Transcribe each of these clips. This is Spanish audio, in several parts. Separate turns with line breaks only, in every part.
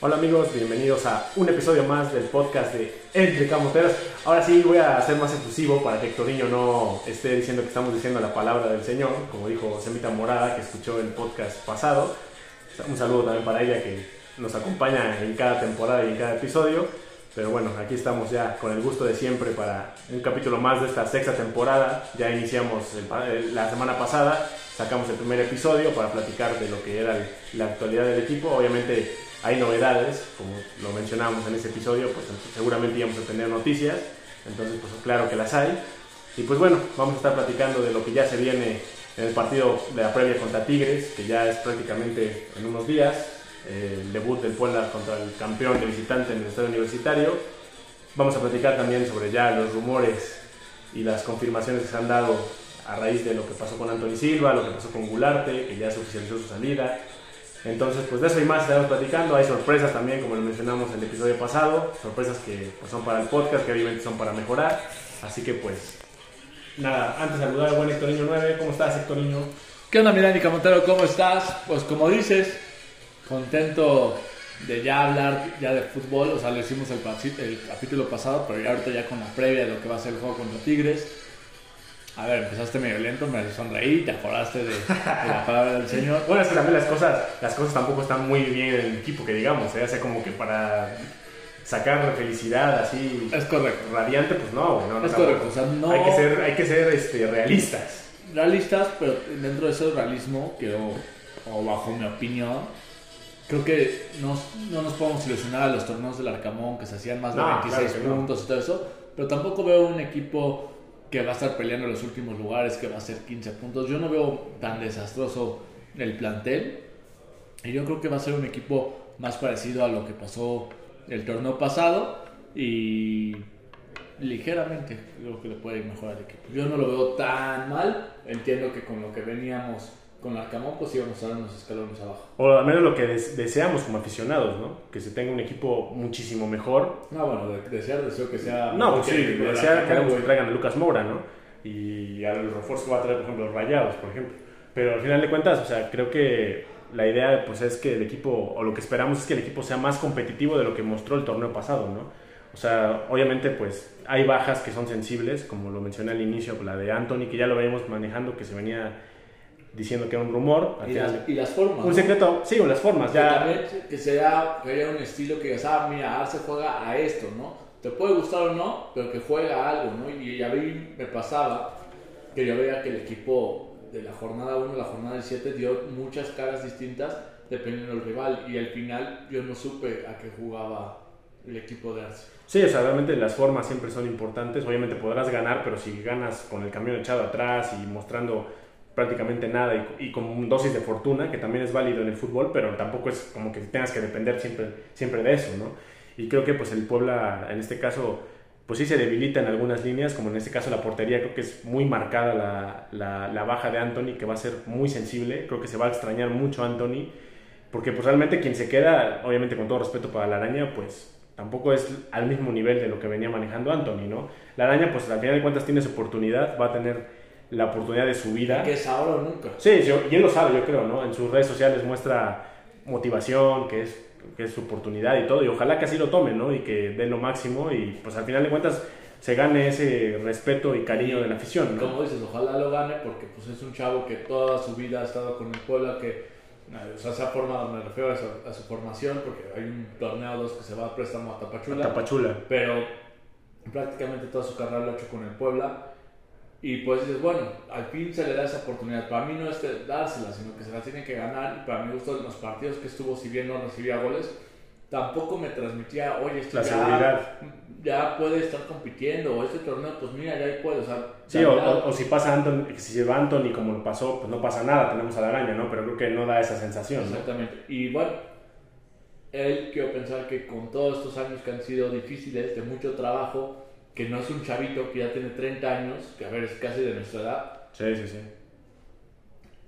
Hola amigos, bienvenidos a un episodio más del podcast de Entre Camoteros. Ahora sí voy a ser más exclusivo para que Hectorinho no esté diciendo que estamos diciendo la palabra del Señor, como dijo Semita Morada que escuchó el podcast pasado. Un saludo también para ella que nos acompaña en cada temporada y en cada episodio. Pero bueno, aquí estamos ya con el gusto de siempre para un capítulo más de esta sexta temporada. Ya iniciamos el pa- el- la semana pasada, sacamos el primer episodio para platicar de lo que era el- la actualidad del equipo. Obviamente hay novedades, como lo mencionábamos en ese episodio, pues seguramente íbamos a tener noticias. Entonces, pues claro que las hay. Y pues bueno, vamos a estar platicando de lo que ya se viene en el partido de la previa contra Tigres, que ya es prácticamente en unos días, eh, el debut del Puebla contra el campeón de visitante en el estadio universitario. Vamos a platicar también sobre ya los rumores y las confirmaciones que se han dado a raíz de lo que pasó con Anthony Silva, lo que pasó con Gularte, que ya se oficializó su salida. Entonces, pues de eso y más estaremos platicando. Hay sorpresas también, como lo mencionamos en el episodio pasado, sorpresas que pues, son para el podcast, que obviamente son para mejorar. Así que pues Nada, antes de saludar al buen Hectorinho 9, ¿cómo estás Hectorinho?
¿Qué onda, Mirani Camotero? ¿Cómo estás? Pues como dices, contento de ya hablar ya de fútbol. O sea, lo hicimos el, pasi- el capítulo pasado, pero ya ahorita ya con la previa de lo que va a ser el juego contra Tigres. A ver, empezaste medio lento, me sonreí, te acordaste de, de la palabra del Señor.
Bueno, es que también las cosas, las cosas tampoco están muy bien en el equipo, que digamos, ¿eh? o sea, como que para sacar felicidad así
Es correcto.
radiante, pues no, güey, no, no,
Es
tampoco.
correcto. O sea, no
Hay que ser, hay que ser este, realistas.
realistas, pero dentro de ese realismo, que, o, o bajo mi opinión, creo que no, no nos podemos ilusionar a los torneos del Arcamón, que se hacían más de
No,
26
claro que no.
puntos y todo eso, pero tampoco veo un equipo que va a estar peleando en los últimos lugares, que va a hacer 15 puntos. Yo no veo tan desastroso el plantel, y yo creo que va a ser un equipo más parecido a lo que pasó el torneo pasado, y ligeramente creo que le puede ir mejor al equipo. Yo no lo veo tan mal. Entiendo que con lo que veníamos con Arcamón, pues íbamos a dar unos escalones abajo.
O al menos lo que des- deseamos como aficionados, ¿no? Que se tenga un equipo muchísimo mejor.
No, bueno, de- desear, deseo que sea.
No, pues
que
sí,
el equipo de
desear,
Arcamón,
queremos que
güey.
traigan a Lucas Moura, ¿no? Y a los refuerzos que va a traer, por ejemplo, los Rayados, por ejemplo. Pero al final de cuentas, o sea, creo que la idea pues es que el equipo, o lo que esperamos es que el equipo sea más competitivo de lo que mostró el torneo pasado, ¿no? O sea, obviamente pues hay bajas que son sensibles, como lo mencioné al inicio, la de Anthony, que ya lo veíamos manejando, que se venía diciendo que era un rumor. Al
Y
final-
las, y las formas.
un
¿no?
secreto, sí, o las formas,
Que
ya...
también que sea, que haya un estilo que digas, ah, mira, Arce juega a esto, ¿no? Te puede gustar o no, pero que juega a algo, ¿no? Y, y a mí me pasaba que yo veía que el equipo de la jornada 1 a la jornada 7 dio muchas caras distintas dependiendo del rival. Y al final yo no supe a qué jugaba el equipo de Arce.
Sí, o sea, realmente las formas siempre son importantes. Obviamente podrás ganar, pero si ganas con el camión echado atrás y mostrando prácticamente nada y, y con un dosis de fortuna, que también es válido en el fútbol, pero tampoco es como que tengas que depender siempre, siempre de eso, ¿no? Y creo que pues el Puebla, en este caso, pues sí se debilita en algunas líneas, como en este caso la portería, creo que es muy marcada la, la- la baja de Anthony, que va a ser muy sensible, creo que se va a extrañar mucho a Anthony. Porque pues realmente quien se queda, obviamente con todo respeto para la araña, pues tampoco es al mismo nivel de lo que venía manejando Anthony, ¿no? La araña pues al final de cuentas tiene su oportunidad, va a tener la oportunidad de su vida.
Que es ahora o nunca.
Sí, yo- y él lo sabe, yo creo, ¿no? En sus redes sociales muestra motivación, que es, que es su oportunidad y todo, y ojalá que así lo tomen, ¿no? Y que den lo máximo y pues al final de cuentas se gane ese respeto y cariño de la afición, ¿no?
Como dices, ojalá lo gane porque pues es un chavo que toda su vida ha estado con el Puebla, que eh, o sea, se ha formado, me refiero a su, a su formación, porque hay un torneo o dos que se va a préstamo a Tapachula,
Tapachula.
pero prácticamente toda su carrera lo ha hecho con el Puebla. Y pues dices, bueno, al fin se le da esa oportunidad. Para mí no es de dársela, sino que se la tiene que ganar. Y para mi gusto, en los partidos que estuvo, si bien no recibía goles, tampoco me transmitía, oye, esto
La
ya,
seguridad.
ya puede estar compitiendo, o este torneo, pues mira, ya puede. O sea,
Sí, o,
ya-
o- o si pasa Anthony, si va Anthony como lo pasó, pues no pasa nada, tenemos a la araña, ¿no? Pero creo que no da esa sensación, ¿no?
Exactamente. Y bueno, él quiero pensar que con todos estos años que han sido difíciles, de mucho trabajo, que no es un chavito que ya tiene 30 años, que a ver, es casi de nuestra edad.
Sí, sí, sí.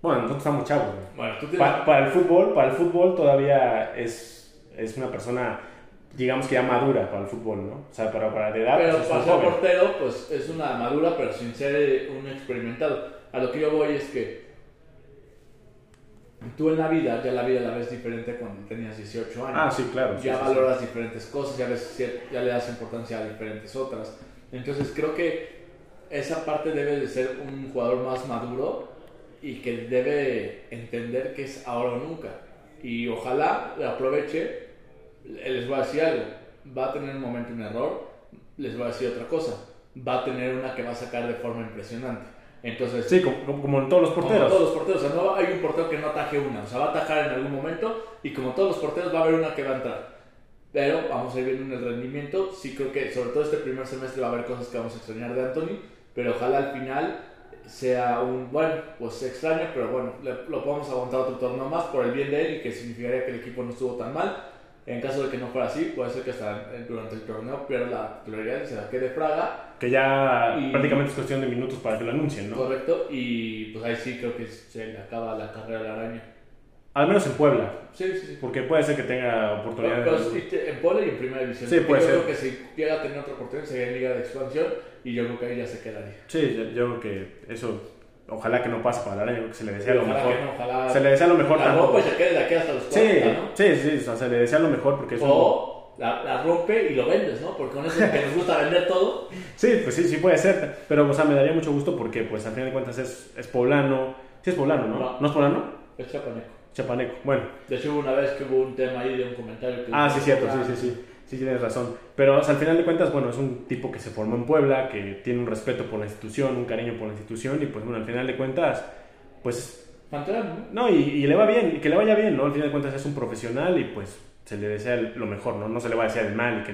Bueno, nosotros estamos chavos, güey.
Bueno, tú tienes...
Pa- para el fútbol, para el fútbol todavía es, es una persona, digamos que ya madura para el fútbol, ¿no? O sea, para, para de edad,
pero
pues, es un
para ser
joven.
portero, pues es una madura, pero sin ser eh, un experimentado. A lo que yo voy es que tú en la vida, ya la vida la ves diferente cuando tenías 18 años.
Ah, sí, claro. sí,
ya
sí, sí.
valoras diferentes cosas, ya, ves cier- ya le das importancia a diferentes otras. Entonces creo que esa parte debe de ser un jugador más maduro y que debe entender que es ahora o nunca. Y ojalá le aproveche, les voy a decir algo, va a tener un momento un error, les voy a decir otra cosa, va a tener una que va a sacar de forma impresionante. Entonces,
Sí, como, como- como en todos los porteros.
como todos los porteros, o sea, no hay un portero que no ataje una, o sea, va a atajar en algún momento y como todos los porteros va a haber una que va a entrar. Pero vamos a ir viendo en el rendimiento, sí creo que sobre todo este primer semestre va a haber cosas que vamos a extrañar de Anthony, pero ojalá al final sea un, bueno, pues se extraña, pero bueno, le- lo podemos aguantar otro torneo más por el bien de él y que significaría que el equipo no estuvo tan mal. En caso de que no fuera así, puede ser que hasta eh, durante el torneo pierda la titularidad y se la quede Fraga
Que ya
Y-
prácticamente es cuestión de minutos para que lo anuncien, ¿no?
Correcto, y pues ahí sí creo que se le acaba la carrera de la araña.
Al menos en Puebla,
Sí, sí, sí.
porque puede ser que tenga
Pero,
oportunidad.
pero sí, te- en pole y en primera división.
Sí, puede
yo
ser.
creo que si llega a tener otra oportunidad sería en Liga de Expansión y yo creo que ahí ya se quedaría.
Sí, yo, yo creo que eso, ojalá que no pase para el año, que se le desea lo
ojalá
mejor.
que no, ojalá.
Se le desea lo mejor
la
tampoco.
rompe y se quede de aquí hasta los
Sí,
40, ¿no?
sí, sí, o sea, se le desea lo mejor porque es un-
O la, la rompe y lo vendes, ¿no? Porque con eso que nos gusta vender todo.
Sí, pues sí, sí puede ser, pero o sea, me daría mucho gusto porque pues al fin de cuentas es, es poblano, sí es poblano, ¿no? ¿No,
No.
es poblano?
Es chapaneco.
Chapaneco, bueno.
De hecho, hubo una vez que hubo un tema ahí de un comentario que.
Ah, sí, cierto, sí, sí, sí. Sí, tienes razón. Pero o sea, al final de cuentas, bueno, es un tipo que se formó en Puebla, que tiene un respeto por la institución, un cariño por la institución, y pues bueno, al final de cuentas, pues
Pantera, ¿no?
no, y, y le va bien, y que le vaya bien, ¿no? Al final de cuentas es un profesional y pues se le desea el- lo mejor, ¿no? No se le va a desear el mal y que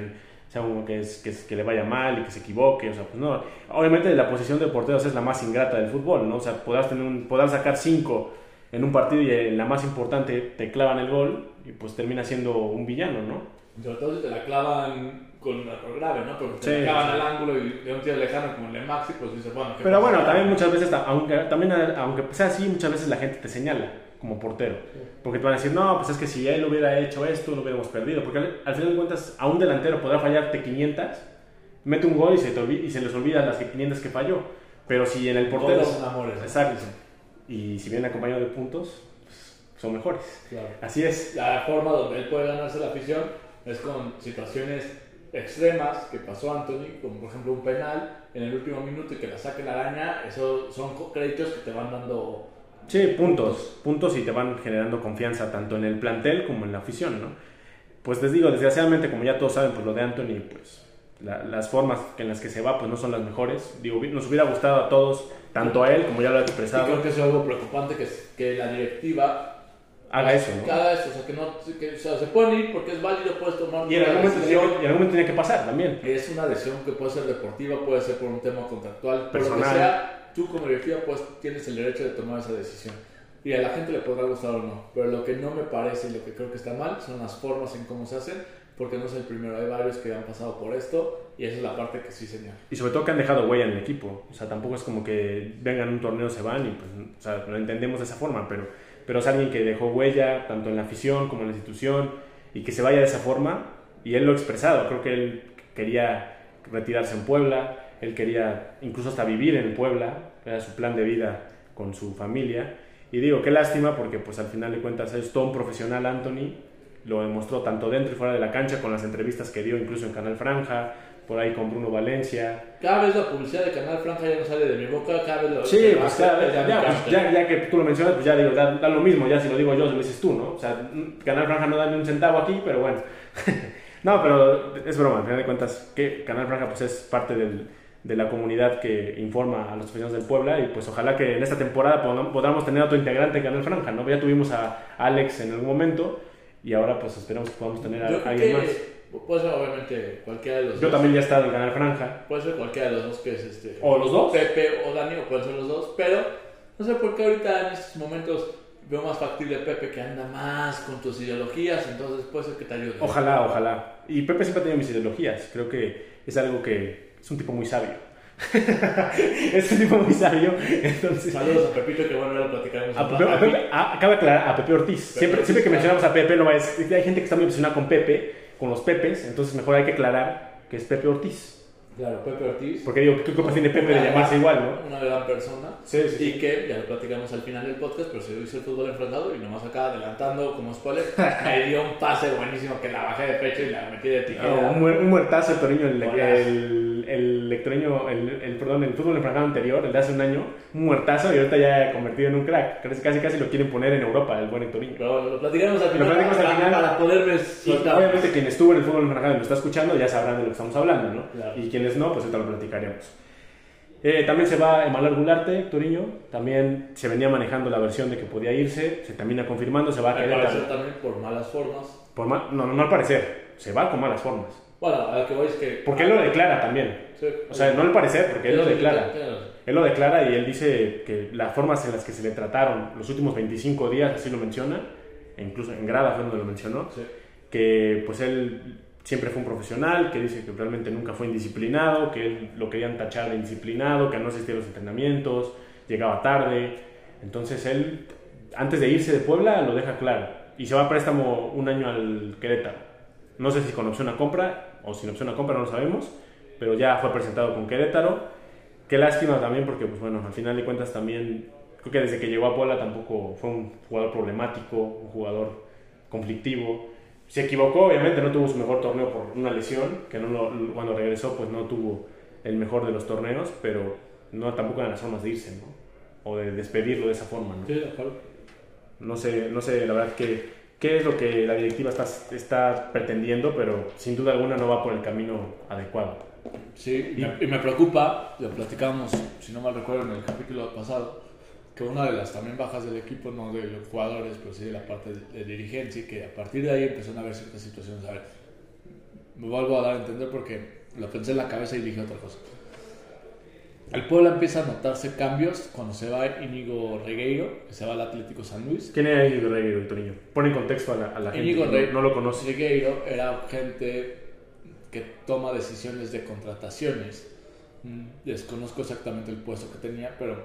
sea como que, es, que, es- que le vaya mal y que se equivoque, o sea, pues no. Obviamente la posición de porteros es la más ingrata del fútbol, ¿no? O sea, podrás, tener un- podrás sacar cinco en un partido y en la más importante te clavan el gol y pues termina siendo un villano, ¿no?
Sobre todo si te la clavan con un error grave, ¿no? Porque te
Sí,
la clavan
sí.
al ángulo y de un tiro lejano como el de Maxi, pues dices, bueno, ¿qué
Pero
pasa?
bueno, también muchas veces, aunque, también, aunque sea así, muchas veces la gente te señala como portero. Porque te van a decir, no, pues es que si él hubiera hecho esto, no hubiéramos perdido. Porque al, al final de cuentas, a un delantero podrá fallarte 500, mete un gol y se, te olvi- y se les olvida las 500 que falló. Pero si en el portero...
Todos son amores. ¿no?
Exacto. Y si viene acompañado de puntos, pues, son mejores.
Claro.
Así es.
La forma donde él puede ganarse la afición es con situaciones extremas que pasó Anthony, como por ejemplo un penal en el último minuto y que la saque la araña, eso son co- créditos que te van dando.
Sí, puntos, puntos y te van generando confianza tanto en el plantel como en la afición, ¿no? Pues les digo, desgraciadamente, como ya todos saben, pues lo de Anthony, pues la- las formas que- en las que se va, pues no son las mejores. Digo, hubi- nos hubiera gustado a todos, tanto a él como ya lo ha
Y creo
expresado,
que eso es algo preocupante que, es- que la directiva
haga eso, ¿no?
haga eso, o sea, que no, que, o sea, se pueden ir porque es válido, puedes tomar
Y en
una
algún momento tenía
decisión.
que, y en algún momento tenía que pasar también.
Es una lesión que puede ser deportiva, puede ser por un tema contractual, por lo que
Personal.
sea, tú como directiva pues tienes el derecho de tomar esa decisión. Y a la gente le podrá gustar o no, pero lo que no me parece y lo que creo que está mal son las formas en cómo se hacen, porque no es el primero, hay varios que han pasado por esto y esa es la parte que sí señala.
Y sobre todo que han dejado huella en el equipo. O sea, tampoco es como que vengan a un torneo, se van y pues, o sea, lo entendemos de esa forma, pero, pero es alguien que dejó huella tanto en la afición como en la institución y que se vaya de esa forma. Y él lo ha expresado. Creo que él quería retirarse en Puebla, él quería incluso hasta vivir en Puebla, era su plan de vida con su familia. Y digo, qué lástima porque pues al final de cuentas es todo un profesional Anthony, lo demostró tanto dentro y fuera de la cancha con las entrevistas que dio incluso en Canal Franja, por ahí con Bruno Valencia,
Cada vez la publicidad de Canal Franja ya no sale de mi boca, cada vez lo
Sí,
lo
pues
hace,
claro, ya,
me encanta.
ya- ya que tú lo mencionas, pues ya digo, da, da lo mismo, ya si lo digo yo, se lo dices tú, ¿no? O sea, Canal Franja no da ni un centavo aquí, pero bueno. no, pero es broma, al final de cuentas, que Canal Franja pues es parte del- de la comunidad que informa a los aficionados del Puebla y pues ojalá que en esta temporada podam- podamos tener otro integrante de Canal Franja, ¿no? Ya tuvimos a Alex en algún momento y ahora pues esperamos que podamos tener a
Yo creo
alguien más.
que puede ser obviamente cualquiera de los
Yo
dos.
también ya he estado en Canal Franja.
Puede ser cualquiera de los dos que es este.
¿O los dos?
Pepe o Dani, o pueden ser los dos, pero no sé por qué ahorita en estos momentos veo más factible a Pepe que anda más con tus ideologías, entonces puede ser que te ayude.
Ojalá, ojalá. Y Pepe siempre ha tenido mis ideologías. Creo que es algo que es un tipo muy sabio. es un tipo muy sabio. Entonces,
Saludos a Pepito, que bueno, ahora lo platicaremos.
a
un
Ah, Pepe, a
rato.
Pepe- a- acaba de aclarar a Pepe Ortiz. siempre,
Ortiz,
siempre que
claro.
mencionamos a Pepe, no va a decir- hay gente que está muy obsesionada con Pepe, con los Pepes. Entonces, mejor hay que aclarar que es Pepe Ortiz.
Claro, Pepe Ortiz.
Porque digo, ¿qué culpa tiene Pepe de llamarse igual, no?
Una gran persona.
Ah, Sí, sí, sí.
Y que, ya lo platicamos al final del podcast, pero se hizo el fútbol enfrentado y nomás acá adelantando como spoiler, me dio un pase buenísimo que la bajé de pecho y la metí de tijera.
Ah, un, muer- un muertazo el Toriño, el,
Golazo.
el, el Lectoreño- el, el- perdón, el fútbol enfrentado anterior, el de hace un año, un muertazo y ahorita ya convertido en un crack. Casi casi, casi lo quieren poner en Europa, el buen Hectorinho.
Pero bueno, lo platicaremos al final,
platicamos al
para,
final.
para poderme
Y
soltar.
Pues, obviamente quien estuvo en el fútbol enfrentado y lo está escuchando ya sabrán de lo que estamos hablando, ¿no?
Claro.
Y quienes no, pues ahorita lo platicaremos. Eh, también se va Emanuel Gularte, Toriño. También se venía manejando la versión de que podía irse. Se termina confirmando, se va a
Al parecer
Querétaro.
también por malas formas.
Por ma- no, no, no al parecer. Se va con malas formas.
Bueno, a lo que voy es que...
Porque él lo declara también.
Sí.
O sea, no al parecer, porque él lo
Sí,
declara.
claro.
Él lo declara y él dice que las formas en las que se le trataron los últimos 25 días, así lo menciona, e incluso en grada fue donde lo mencionó,
Sí.
que pues él siempre fue un profesional, que dice que realmente nunca fue indisciplinado, que él lo querían tachar de indisciplinado, que no asistía a los entrenamientos, llegaba tarde. Entonces él, antes de irse de Puebla, lo deja claro y se va a préstamo un año al Querétaro. No sé si con opción a compra o sin opción a compra, no lo sabemos, pero ya fue presentado con Querétaro. Qué lástima también porque, pues bueno, al final de cuentas también, creo que desde que llegó a Puebla tampoco fue un jugador problemático, un jugador conflictivo. Se equivocó, obviamente no tuvo su mejor torneo por una lesión, que no lo- cuando regresó pues no tuvo el mejor de los torneos, pero no tampoco eran las formas de irse, ¿no? O de despedirlo de esa forma, ¿no?
Sí, de acuerdo.
No sé, no sé la verdad qué, qué es lo que la directiva está, está pretendiendo, pero sin duda alguna no va por el camino adecuado.
Sí, y me, y me preocupa, lo platicamos, si no mal recuerdo, en el capítulo pasado, que una de las también bajas del equipo, no de los jugadores, pero sí de la parte de, de dirigencia, y que a partir de ahí empezaron a ver ciertas situaciones. A ver, me vuelvo a dar a entender porque lo pensé en la cabeza y dije otra cosa. El Puebla empieza a notarse cambios cuando se va Íñigo Regueiro, que se va al Atlético San Luis.
¿Quién era Íñigo Regueiro, Victorino? Pon en contexto a la, a la gente.
Íñigo
no-
Rey-
No, lo conoce.
Regueiro era gente que toma decisiones de contrataciones. Mm, Desconozco exactamente el puesto que tenía, pero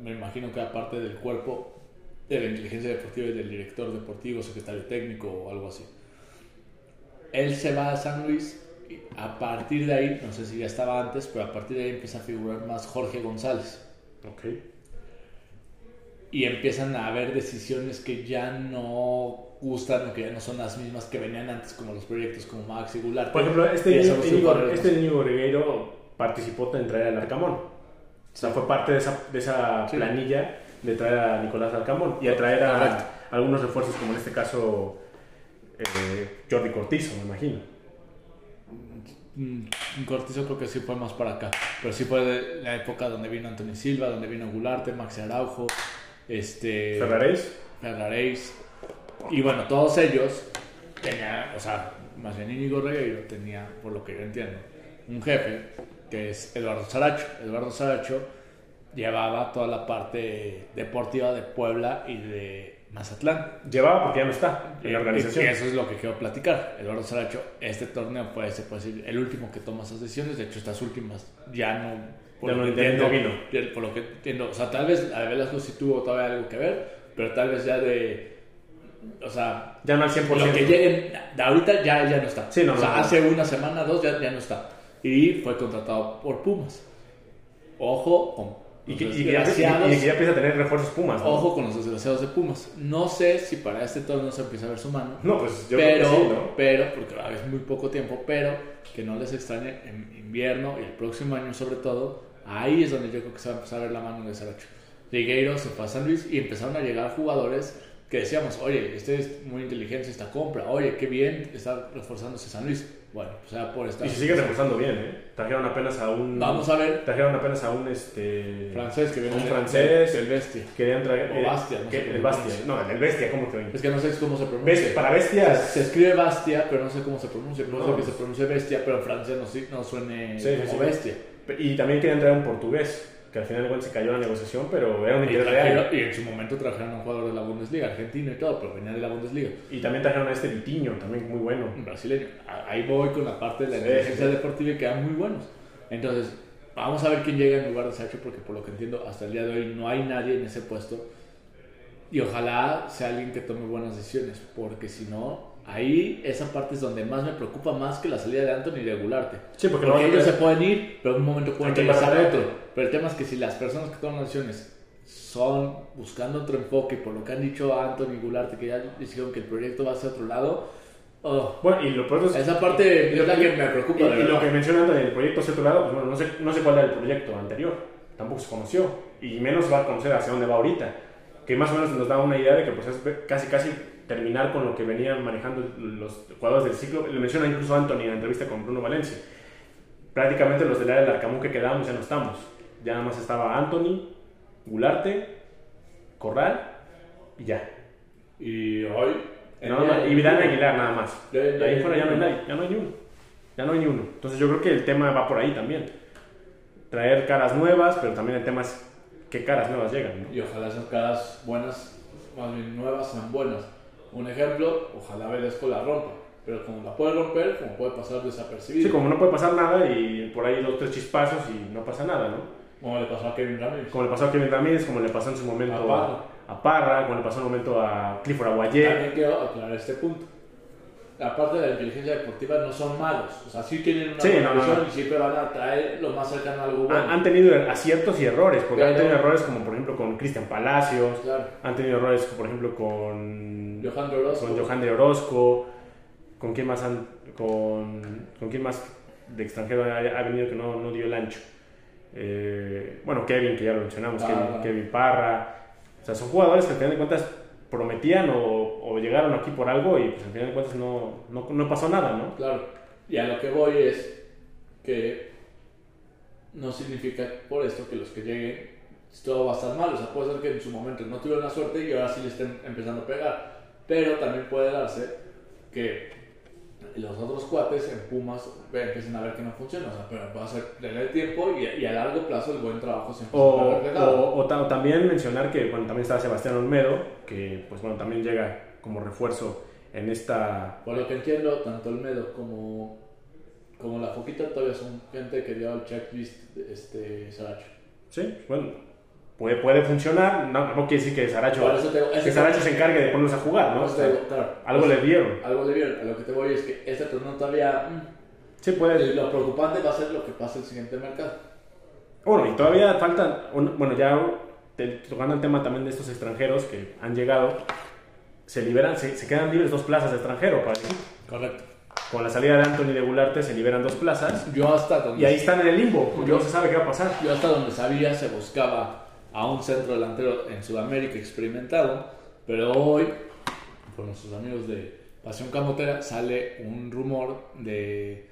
me imagino que aparte del cuerpo de la inteligencia deportiva y del director deportivo, secretario técnico o algo así. Él se va a San Luis y a partir de ahí, no sé si ya estaba antes, pero a partir de ahí empieza a figurar más Jorge González
Ok.
y empiezan a haber decisiones que ya no gustan o que ya no son las mismas que venían antes, como los proyectos como Max y Goulart.
Por ejemplo, este
Y eso
Íñigo,
sí,
Íñigo-
por-
este Íñigo Regueiro participó en traer al Arcamón. O sea, fue parte de esa, de esa
Sí.
planilla de traer a Nicolás Arcamón y a traer
Correcto.
a algunos refuerzos, como en este caso eh, Jordi Cortizo, me imagino.
Mm, Cortizo creo que sí fue más para acá, pero sí fue de la época donde vino Anthony Silva, donde vino Goulart, Maxi Araujo, este...
Ferraréis.
Ferraréis. Y bueno, todos ellos tenían, o sea, más bien Íñigo Regueiro tenía, por lo que yo entiendo, un jefe que es Eduardo Saracho. Eduardo Saracho llevaba toda la parte deportiva de Puebla y de Mazatlán.
Llevaba porque ya no está en la organización.
Y eso es lo que quiero platicar. Eduardo Saracho, este torneo puede ser puede ser el último que toma esas decisiones. De hecho, estas últimas ya no.
Ya no- ya no vino.
Por lo que entiendo. O sea, tal vez a ver las cosas sí tuvo todavía algo que ver, pero tal vez ya de. O sea,
Ya no al 100%.
lo que lleguen. de Ahorita ya, ya no está.
Sí, no,
o sea,
no, no.
hace una semana, dos, ya, ya no está. Y fue contratado por Pumas. Ojo con.
Y
los
que, y que ya, y que
desgraciados.
ya empieza a tener refuerzos Pumas. ¿no?
Ojo con los desgraciados de Pumas. No sé si para este torneo se empieza a ver su mano.
No, pues yo
pero,
creo que sí, ¿no?
pero, porque ahora es muy poco tiempo, pero que no les extrañe en invierno y el próximo año sobre todo, ahí es donde yo creo que se va a empezar a ver la mano de Saracho. Ligueiro se fue a San Luis y empezaron a llegar jugadores que decíamos, oye, este es muy inteligente esta compra, oye, qué bien está reforzándose San Luis. Bueno, pues sea por esta...
Y se sigue reforzando bien, ¿eh? Trajeron apenas a un.
Vamos a ver,
Trajeron apenas a un este.
francés que viene
Un
de-
francés.
del Bestia.
Querían traer.
O Bastia, no sé
¿qué?
cómo
el Bastia. No, el Bestia, ¿cómo te
Es que no sé cómo se pronuncia.
¿Ves? Para bestias.
Se escribe Bastia, pero no sé cómo se pronuncia. No,
No.
sé que se pronuncia Bestia, pero en francés no, si- no suene
Sí, sí,
como
sí.
Bestia.
Y también querían traer a un portugués, que al final igual se cayó la negociación, pero era un
Y,
interés
trajeron-
real.
y en su momento trajeron a un jugador de la Bundesliga, argentino y todo, pero venía de la Bundesliga,
Y también trajeron a este Vitiño, también muy bueno.
un brasileño. A- Ahí voy con la parte de la
Sí,
inteligencia
sí,
deportiva y quedan muy buenos. Entonces, vamos a ver quién llega en lugar de Sacho, porque por lo que entiendo, hasta el día de hoy no hay nadie en ese puesto. Y ojalá sea alguien que tome buenas decisiones, porque si no, Ahí esa parte es donde más me preocupa más que la salida de Anthony y de Gularte.
Sí, porque
Porque,
lo van a
ellos se
tener-
pueden ir, pero en un momento pueden
Hay que
regresar a
parar.
otro. Pero el tema es que si las personas que toman las decisiones son buscando otro enfoque, por lo que han dicho Anthony y Gularte, que ya dijeron que el proyecto va hacia otro lado, oh,
Bueno, y lo peor es-
esa parte es la que me
Y,
preocupa. de
y lo
verdad.
que mencionan del proyecto hacia otro lado, pues bueno, no sé, no sé cuál era el proyecto anterior, tampoco se conoció, y menos va a conocer hacia dónde va ahorita, que más o menos nos da una idea de que pues es ve- casi casi terminar con lo que venían manejando los jugadores del ciclo, lo menciona incluso Anthony en la entrevista con Bruno Valencia, prácticamente los del área del Arcamón que quedábamos ya no estamos, ya nada más estaba Anthony, Gularte, Corral, y ya,
Y hoy.
Nada más, y Vidal Aguilar nada más.
Ya, ya,
De ahí
ya,
fuera ya no hay
ya.
nadie, ya no hay ni uno. Ya no hay ni uno. Entonces yo creo que el tema va por ahí también. Traer caras nuevas, pero también el tema es qué caras nuevas llegan, ¿no?
Y ojalá esas caras buenas, más bien nuevas, sean buenas. Un ejemplo, ojalá Velasco la rompa. Pero como la puede romper, como puede pasar desapercibido.
Sí, como no puede pasar nada y por ahí dos, tres chispazos y no pasa nada, ¿no?
Como le pasó a Kevin Ramírez.
Como le pasó a Kevin Ramírez, como le pasó en su momento
A Parra.
a, a Parra, como le pasó en un momento a Clifford Aguayé.
También quiero aclarar este punto. La parte de la inteligencia deportiva no son malos. O sea, sí tienen una
Sí, no,
condición
no, Ah, no.
y siempre van a traer lo más cercano a algo bueno.
Han, han tenido aciertos y errores, porque han
Pero-
tenido errores como por ejemplo con Cristian Palacios,
Claro.
han tenido errores por ejemplo con
Johan de Orozco.
con Johan de Orozco, con quién más han- con, con quién más de extranjero ha, ha venido que no, no dio el ancho. Eh, bueno, Kevin, que ya lo mencionamos,
Parra.
Kevin, Kevin Parra. O sea, son jugadores que al final de cuentas prometían o, o llegaron aquí por algo y pues al final de cuentas no, no, no pasó nada, ¿no?
Claro. Y a lo que voy es que no significa por esto que los que lleguen todo va a estar mal. O sea, puede ser que en su momento no tuvieron la suerte y ahora sí le estén empezando a pegar. Pero también puede darse que los otros cuates en Pumas ve- empiecen a ver que no funciona. O sea, pero va a ser tener tiempo y, y a largo plazo el buen trabajo se empieza a
O,
ver reflejado.
o- o ta- o también mencionar que, bueno, también está Sebastián Olmedo, que pues bueno, también llega como refuerzo en esta...
Por lo que entiendo, tanto Olmedo como, como la Foquita todavía son gente que dio el checklist de este Saracho.
Sí, bueno, puede, puede funcionar. No, no quiere decir que Saracho,
Por eso te digo, ese
que Saracho se encargue de ponerlos a jugar, ¿no?
Pues
O
te
sea,
digo, claro, pues,
algo le dieron.
algo le vieron. A lo que te voy es que este torneo todavía. mm,
Sí, puede.
Lo preocupante va a ser lo que pasa el siguiente mercado.
Bueno, y todavía faltan. un- Bueno, ya te- tocando el tema también de estos extranjeros que han llegado, se liberan, se, se quedan libres dos plazas de extranjero. Para el equipo.
Correcto.
Con la salida de Anthony de Gularte se liberan dos plazas
Yo hasta donde,
y ahí están en el limbo, porque no se sabe qué va a pasar.
yo hasta donde sabía se buscaba a un centro delantero en Sudamérica experimentado, pero hoy, por nuestros amigos de Pasión Camotera, sale un rumor de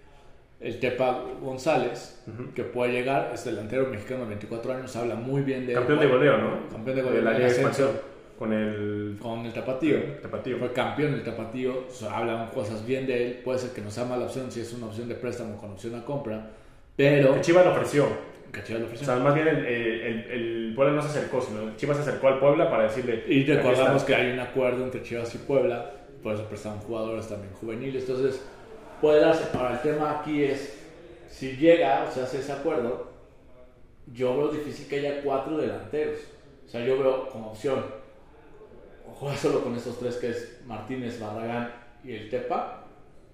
el Tepa González, que puede llegar, es delantero mexicano de 24 años, habla muy bien de él.
Campeón de goleo, ¿no?
Campeón de goleo
la
en
Liga de
ascenso.
Expansión. Con el
con el Tapatío.
Tapatío.
Fue campeón del Tapatío, o sea, hablan cosas bien de él, puede ser que no sea mala opción si es una opción de préstamo con opción a compra, pero...
Que Chivas lo ofreció.
Que Chivas lo
O
ofreció.
sea, más bien el, el, el- el Puebla no se acercó, sino Chivas se acercó al Puebla para decirle.
y
"Aquí
recordamos
está".
que hay un acuerdo entre Chivas y Puebla, por eso prestaban jugadores también juveniles, entonces puede darse. Ahora, el tema aquí es, si llega, o sea, hace ese acuerdo, yo veo difícil que haya cuatro delanteros. O sea, yo veo como opción, o juega solo con estos tres que es Martínez, Barragán y el Tepa,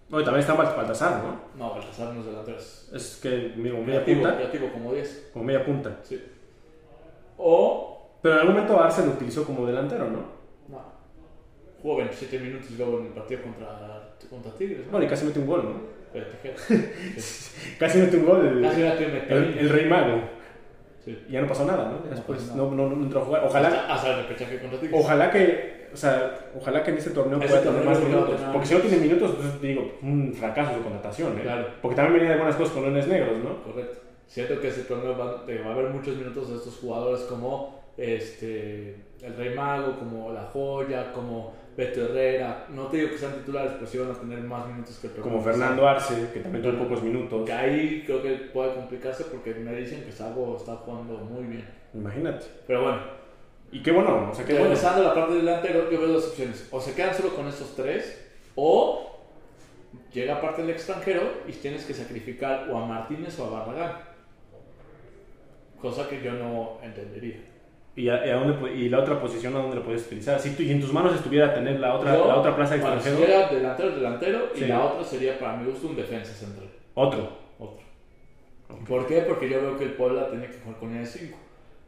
No, y también está Bal- Baltasar, ¿no?
No, Baltasar no es delantero. Es
Es que digo, media
creativo,
punta.
creativo como 10.
Como media punta.
Sí. O.
Pero en algún momento Arce lo utilizó como delantero, ¿no?
No. Jugó 27 minutos y luego en el partido contra, contra Tigres. ¿no?
Bueno, y casi mete un gol, ¿no?
Pero Tejera. Sí.
Casi mete un gol el,
Casi era que me
el, el Rey Mago.
Sí.
Y ya no pasó nada, ¿no?
No
Después
pasó
no,
nada.
no, no entró a jugar. Ojalá,
Hasta, hasta el repechaje contra Tigres.
ojalá que. O sea, ojalá que en este torneo
Ese
pueda tener
torneo
más
no va a
minutos.
tener-
Porque si no tiene minutos, pues, digo, un fracaso su contratación, ¿eh?
Claro.
Porque también venía de algunas cosas con lunes negros, ¿no?
Correcto. Siento que ese torneo va, te va a haber muchos minutos de estos jugadores como este el Rey Mago, como La Joya, como Beto Herrera. No te digo que sean titulares, pero sí van a tener más minutos que el
Como
Peckerman.
Fernando Arce, que también tuvo pocos minutos.
Que ahí creo que puede complicarse porque me dicen que Salvo está jugando muy bien.
Imagínate.
Pero bueno,
Y qué bueno, o sea, qué bueno.
regresando a la parte delantero, yo veo dos opciones. O se quedan solo con estos tres, o llega parte del extranjero y tienes que sacrificar o a Martínez o a Barragán. Cosa que yo no entendería.
y, a- y a dónde po- y la otra posición a dónde la podías utilizar. Si tú- y en tus manos estuviera tener la otra,
Yo,
la otra plaza de
bueno,
extranjero,
si era delantero, delantero,
Sí.
y la otra sería para mi gusto un defensa central.
otro.
Otro. ¿Por qué? Porque yo veo que el Puebla tiene que jugar con línea de 5.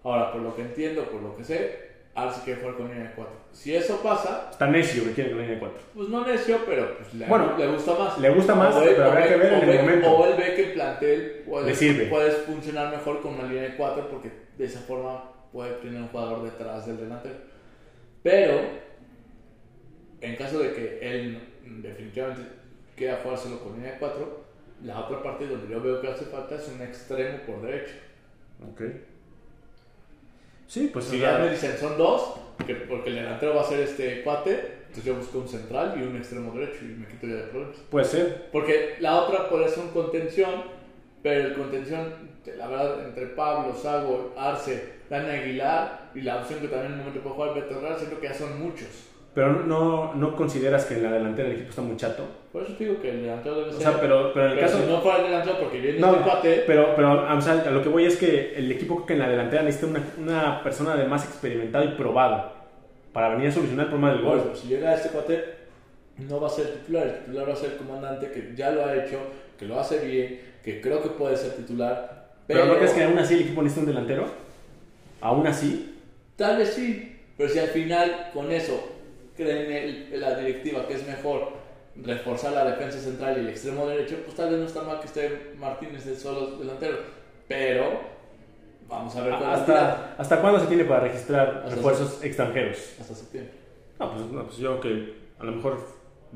Ahora, por lo que entiendo, por lo que sé, ahora sí quiere jugar con línea de 4. Si eso pasa,
Está necio que quiere la línea de cuatro.
pues no necio, pero pues le,
Bueno,
le gusta más.
le gusta más,
él-
pero habrá
él-
que ver en
o
el
él-
momento.
O él ve que el plantel puede,
Le sirve.
puede funcionar mejor con una línea de 4 porque de esa forma puede tener un jugador detrás del delantero. Pero, en caso de que él mm, definitivamente quiera jugar solo con línea de 4, la otra parte donde yo veo que hace falta es un extremo por derecho.
Ok. Sí, pues
Si
o
ya
sea,
me dicen son dos, que- porque el delantero va a ser este cuate, entonces yo busco un central y un extremo derecho y me quito ya de problemas.
puede ser.
Porque la otra puede ser un contención, pero el contención, te- la verdad, entre Pablo, Sago, Arce, Dani Aguilar y la opción que también en un momento puede jugar Beto Herrera, siento que ya son muchos.
Pero no, no consideras que en la delantera el equipo está muy chato.
Por eso te digo que el delantero debe
O
ser.
sea, pero, pero en el
pero
caso.
si no fuera el delantero, porque viene
No,
este cuate,
pero, pero o sea, a lo que voy es que el equipo que en la delantera necesita una, una persona de más experimentado y probado para venir a solucionar el problema del
Bueno,
gol.
pues, si llega este cuate, no va a ser titular. El titular va a ser el comandante que ya lo ha hecho, que lo hace bien, que creo que puede ser titular.
Pero, no crees que aún así el equipo necesita un delantero? Aún así,
Tal vez sí, pero si al final con eso creen el- la directiva que es mejor reforzar la defensa central y el extremo derecho, pues tal vez no está mal que esté Martínez de solo delantero. Pero vamos a ver cuál es la tirada.
¿hasta, ¿hasta cuándo se tiene para registrar
Ah, Hasta-
refuerzos extranjeros?
hasta septiembre.
No pues, no, pues yo creo que a lo mejor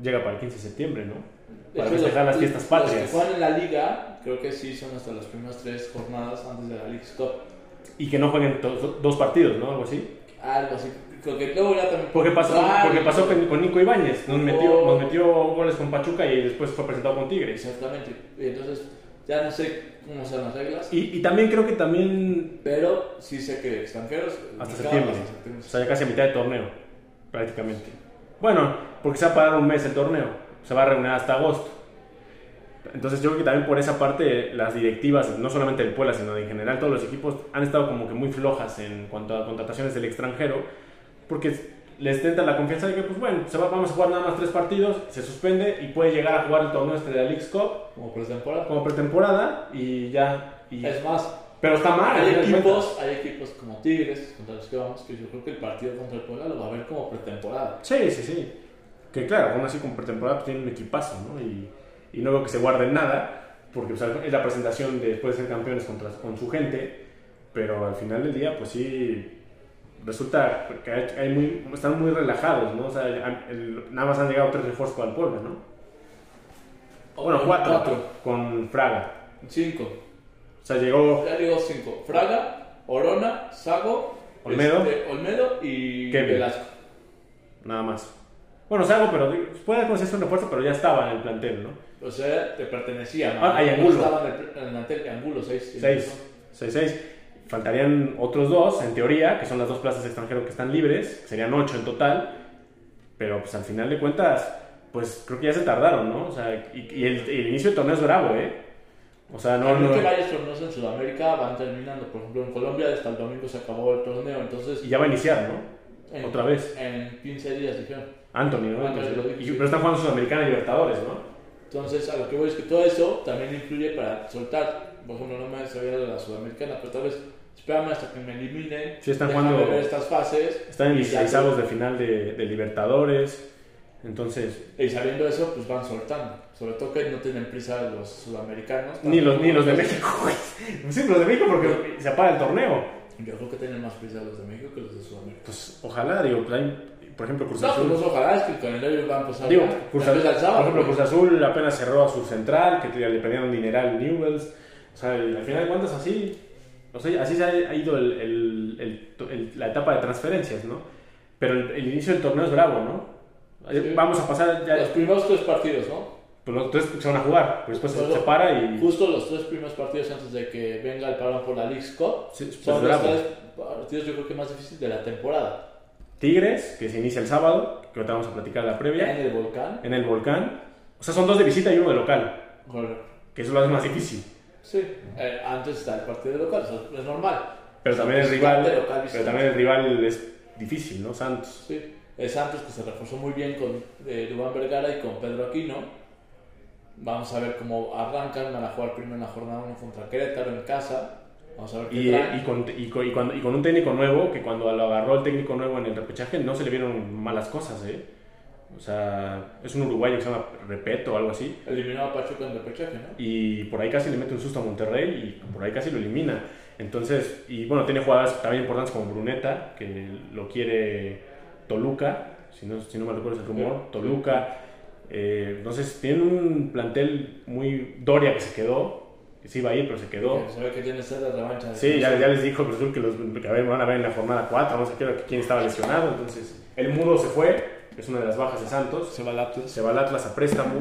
llega para el 15 de septiembre, ¿no?
De
Para
hecho,
festejar las
los-
fiestas
Los
patrias.
que juegan en la liga, creo que sí son hasta las primeras tres jornadas antes de la League Cup.
Y que no jueguen to- dos partidos, ¿no? Algo así.
Algo así. Creo que luego ya también.
Porque pasó,
Ah,
porque pasó con, con Nico Ibáñez. Nos metió,
Oh.
nos metió goles con Pachuca y después fue presentado con Tigres.
Exactamente. Y entonces, ya no sé cómo son las reglas,
Y, y también creo que también
pero sí sé que extranjeros.
hasta
mercado,
septiembre,
hasta
o
septiembre.
sea, ya casi a mitad de torneo, prácticamente. Bueno, porque se va a parar un mes el torneo, se va a reunir hasta agosto. Entonces yo creo que también por esa parte las directivas, no solamente del Puebla, sino en general todos los equipos han estado como que muy flojas en cuanto a contrataciones del extranjero, porque les tenta la confianza de que pues bueno, se va- vamos a jugar nada más tres partidos, se suspende y puede llegar a jugar el torneo este de la Leagues Cup
Como pretemporada.
como pretemporada y ya. y-
Es más,
pero está mal. al
hay
final de Ah, cuentas.
equipos, hay equipos como Tigres, contra los que vamos, que yo creo que el partido contra el Puebla lo va a ver como pretemporada.
Sí, sí, sí. Que claro, aún así con pretemporada pues, tienen un equipazo, ¿no? Y, y no veo que se guarden nada, porque o sea, es la presentación de después de ser campeones contra, con su gente, pero al final del día, pues sí, resulta que hay- hay muy- están muy relajados, ¿no? O sea, han- el- nada más han llegado tres refuerzos al pueblo, ¿no? Ah, Bueno, cuatro, con Fraga.
Cinco.
O sea, llegó
Ya digo cinco. Fraga, Orona, Sago,
Olmedo.
este, Olmedo y
Kevin.
Velasco.
nada más. Bueno, Sago, pero puede considerarse un refuerzo, pero ya estaba en el plantel, ¿no?
O sea, te pertenecía. ¿no?
Ah, hay Angulo.
Estaban en el en el plantel de Angulo, seis.
6. 6, 6. Faltarían otros dos, en teoría, que son las dos plazas de extranjero que están libres, que serían 8 en total, pero pues al final de cuentas, pues creo que ya se tardaron, ¿no? O sea, y, y el, y el inicio del torneo es bravo, ¿eh? O sea, no,
No,
no.
que varios torneos en Sudamérica van terminando. Por ejemplo, en Colombia hasta el domingo se acabó el torneo. Entonces,
Y ya va a iniciar, ¿no?
en-
otra vez.
En 15 días dijeron.
Anthony, ¿no?
Anthony,
Entonces,
lo digo,
y-
sí.
pero están jugando Sudamericana y Libertadores, ¿no?
Entonces, a lo que voy es que todo eso también influye para soltar. Por ejemplo, no me sabía de la Sudamericana, pero tal vez espérame hasta que me eliminen.
Sí, están
déjame
jugando-
ver estas fases.
Están en
Y ya-
los de final de, de Libertadores, entonces.
Y sabiendo eso, pues van soltando. Sobre todo que no tienen prisa los sudamericanos.
Ni los, ni los de
Entonces,
México, güey. Sí, los de México porque se apaga el torneo.
Yo creo que tienen más prisa los de México que los de Sudamérica.
Pues ojalá, digo, pues, hay, por ejemplo, Cruz
No,
Azul.
pues los ojalá es que el calendario va a empezar.
Digo,
ya.
Cruz
Ya
Azul,
empieza el sábado,
por ejemplo,
güey.
Cruz Azul apenas cerró a su central, que te- le perdieron dineral en Newells. O sea, y al final de cuentas, así, o sea, así se ha ha ido el- el- el- el- la etapa de transferencias, ¿no? Pero el, el inicio del torneo es bravo, ¿no? Eh,
Sí.
Vamos a pasar ya.
Los primeros tres partidos, ¿no?
Pues los tres se van a jugar, pues después se
Luego,
separa y.
Justo los tres primeros partidos antes de que venga el parón por la League Cup.
Sí, pues,
son los
bravo.
tres partidos, yo creo que más difíciles de la temporada.
Tigres, que se inicia el sábado, que ahorita vamos a platicar la previa,
En el volcán.
en el volcán. O sea, son dos de visita y uno de local,
Correcto.
que eso lo hace más difícil.
Sí, eh, antes está el partido de local, o sea, es normal.
Pero
O sea,
también el
pues,
rival.
local, visitante.
Pero también el rival es difícil, ¿no? Santos.
Sí. El Santos que se reforzó muy bien con eh, Dubán Vergara y con Pedro Aquino. Vamos a ver cómo arrancan. Van a jugar primero en la jornada 1 contra Querétaro en casa. Vamos a ver qué
Y, eh,
traen.
y con, y, con, y cuando- y con un técnico nuevo, que cuando lo agarró el técnico nuevo en el repechaje, no se le vieron malas cosas, ¿eh? O sea, es un uruguayo que se llama Repeto o algo así.
Eliminó a Pachuca en repechaje, ¿no?
Y por ahí casi le mete un susto a Monterrey y por ahí casi lo elimina. Entonces, y bueno, tiene jugadas también importantes como Bruneta, que lo quiere Toluca, si no, si no me recuerdo el rumor, Toluca. Eh, entonces, tiene un plantel muy Doria que se quedó, que sí iba a ir, pero se quedó.
Que Se ve que tiene sed de revancha.
Sí, ya, ya les dijo el profesor que los que a ver, van a ver en la jornada 4, no sé qué, quién estaba lesionado. Entonces, el mudo se fue, es una de las bajas de Santos.
Se va el Atlas.
Se va al Atlas a préstamo.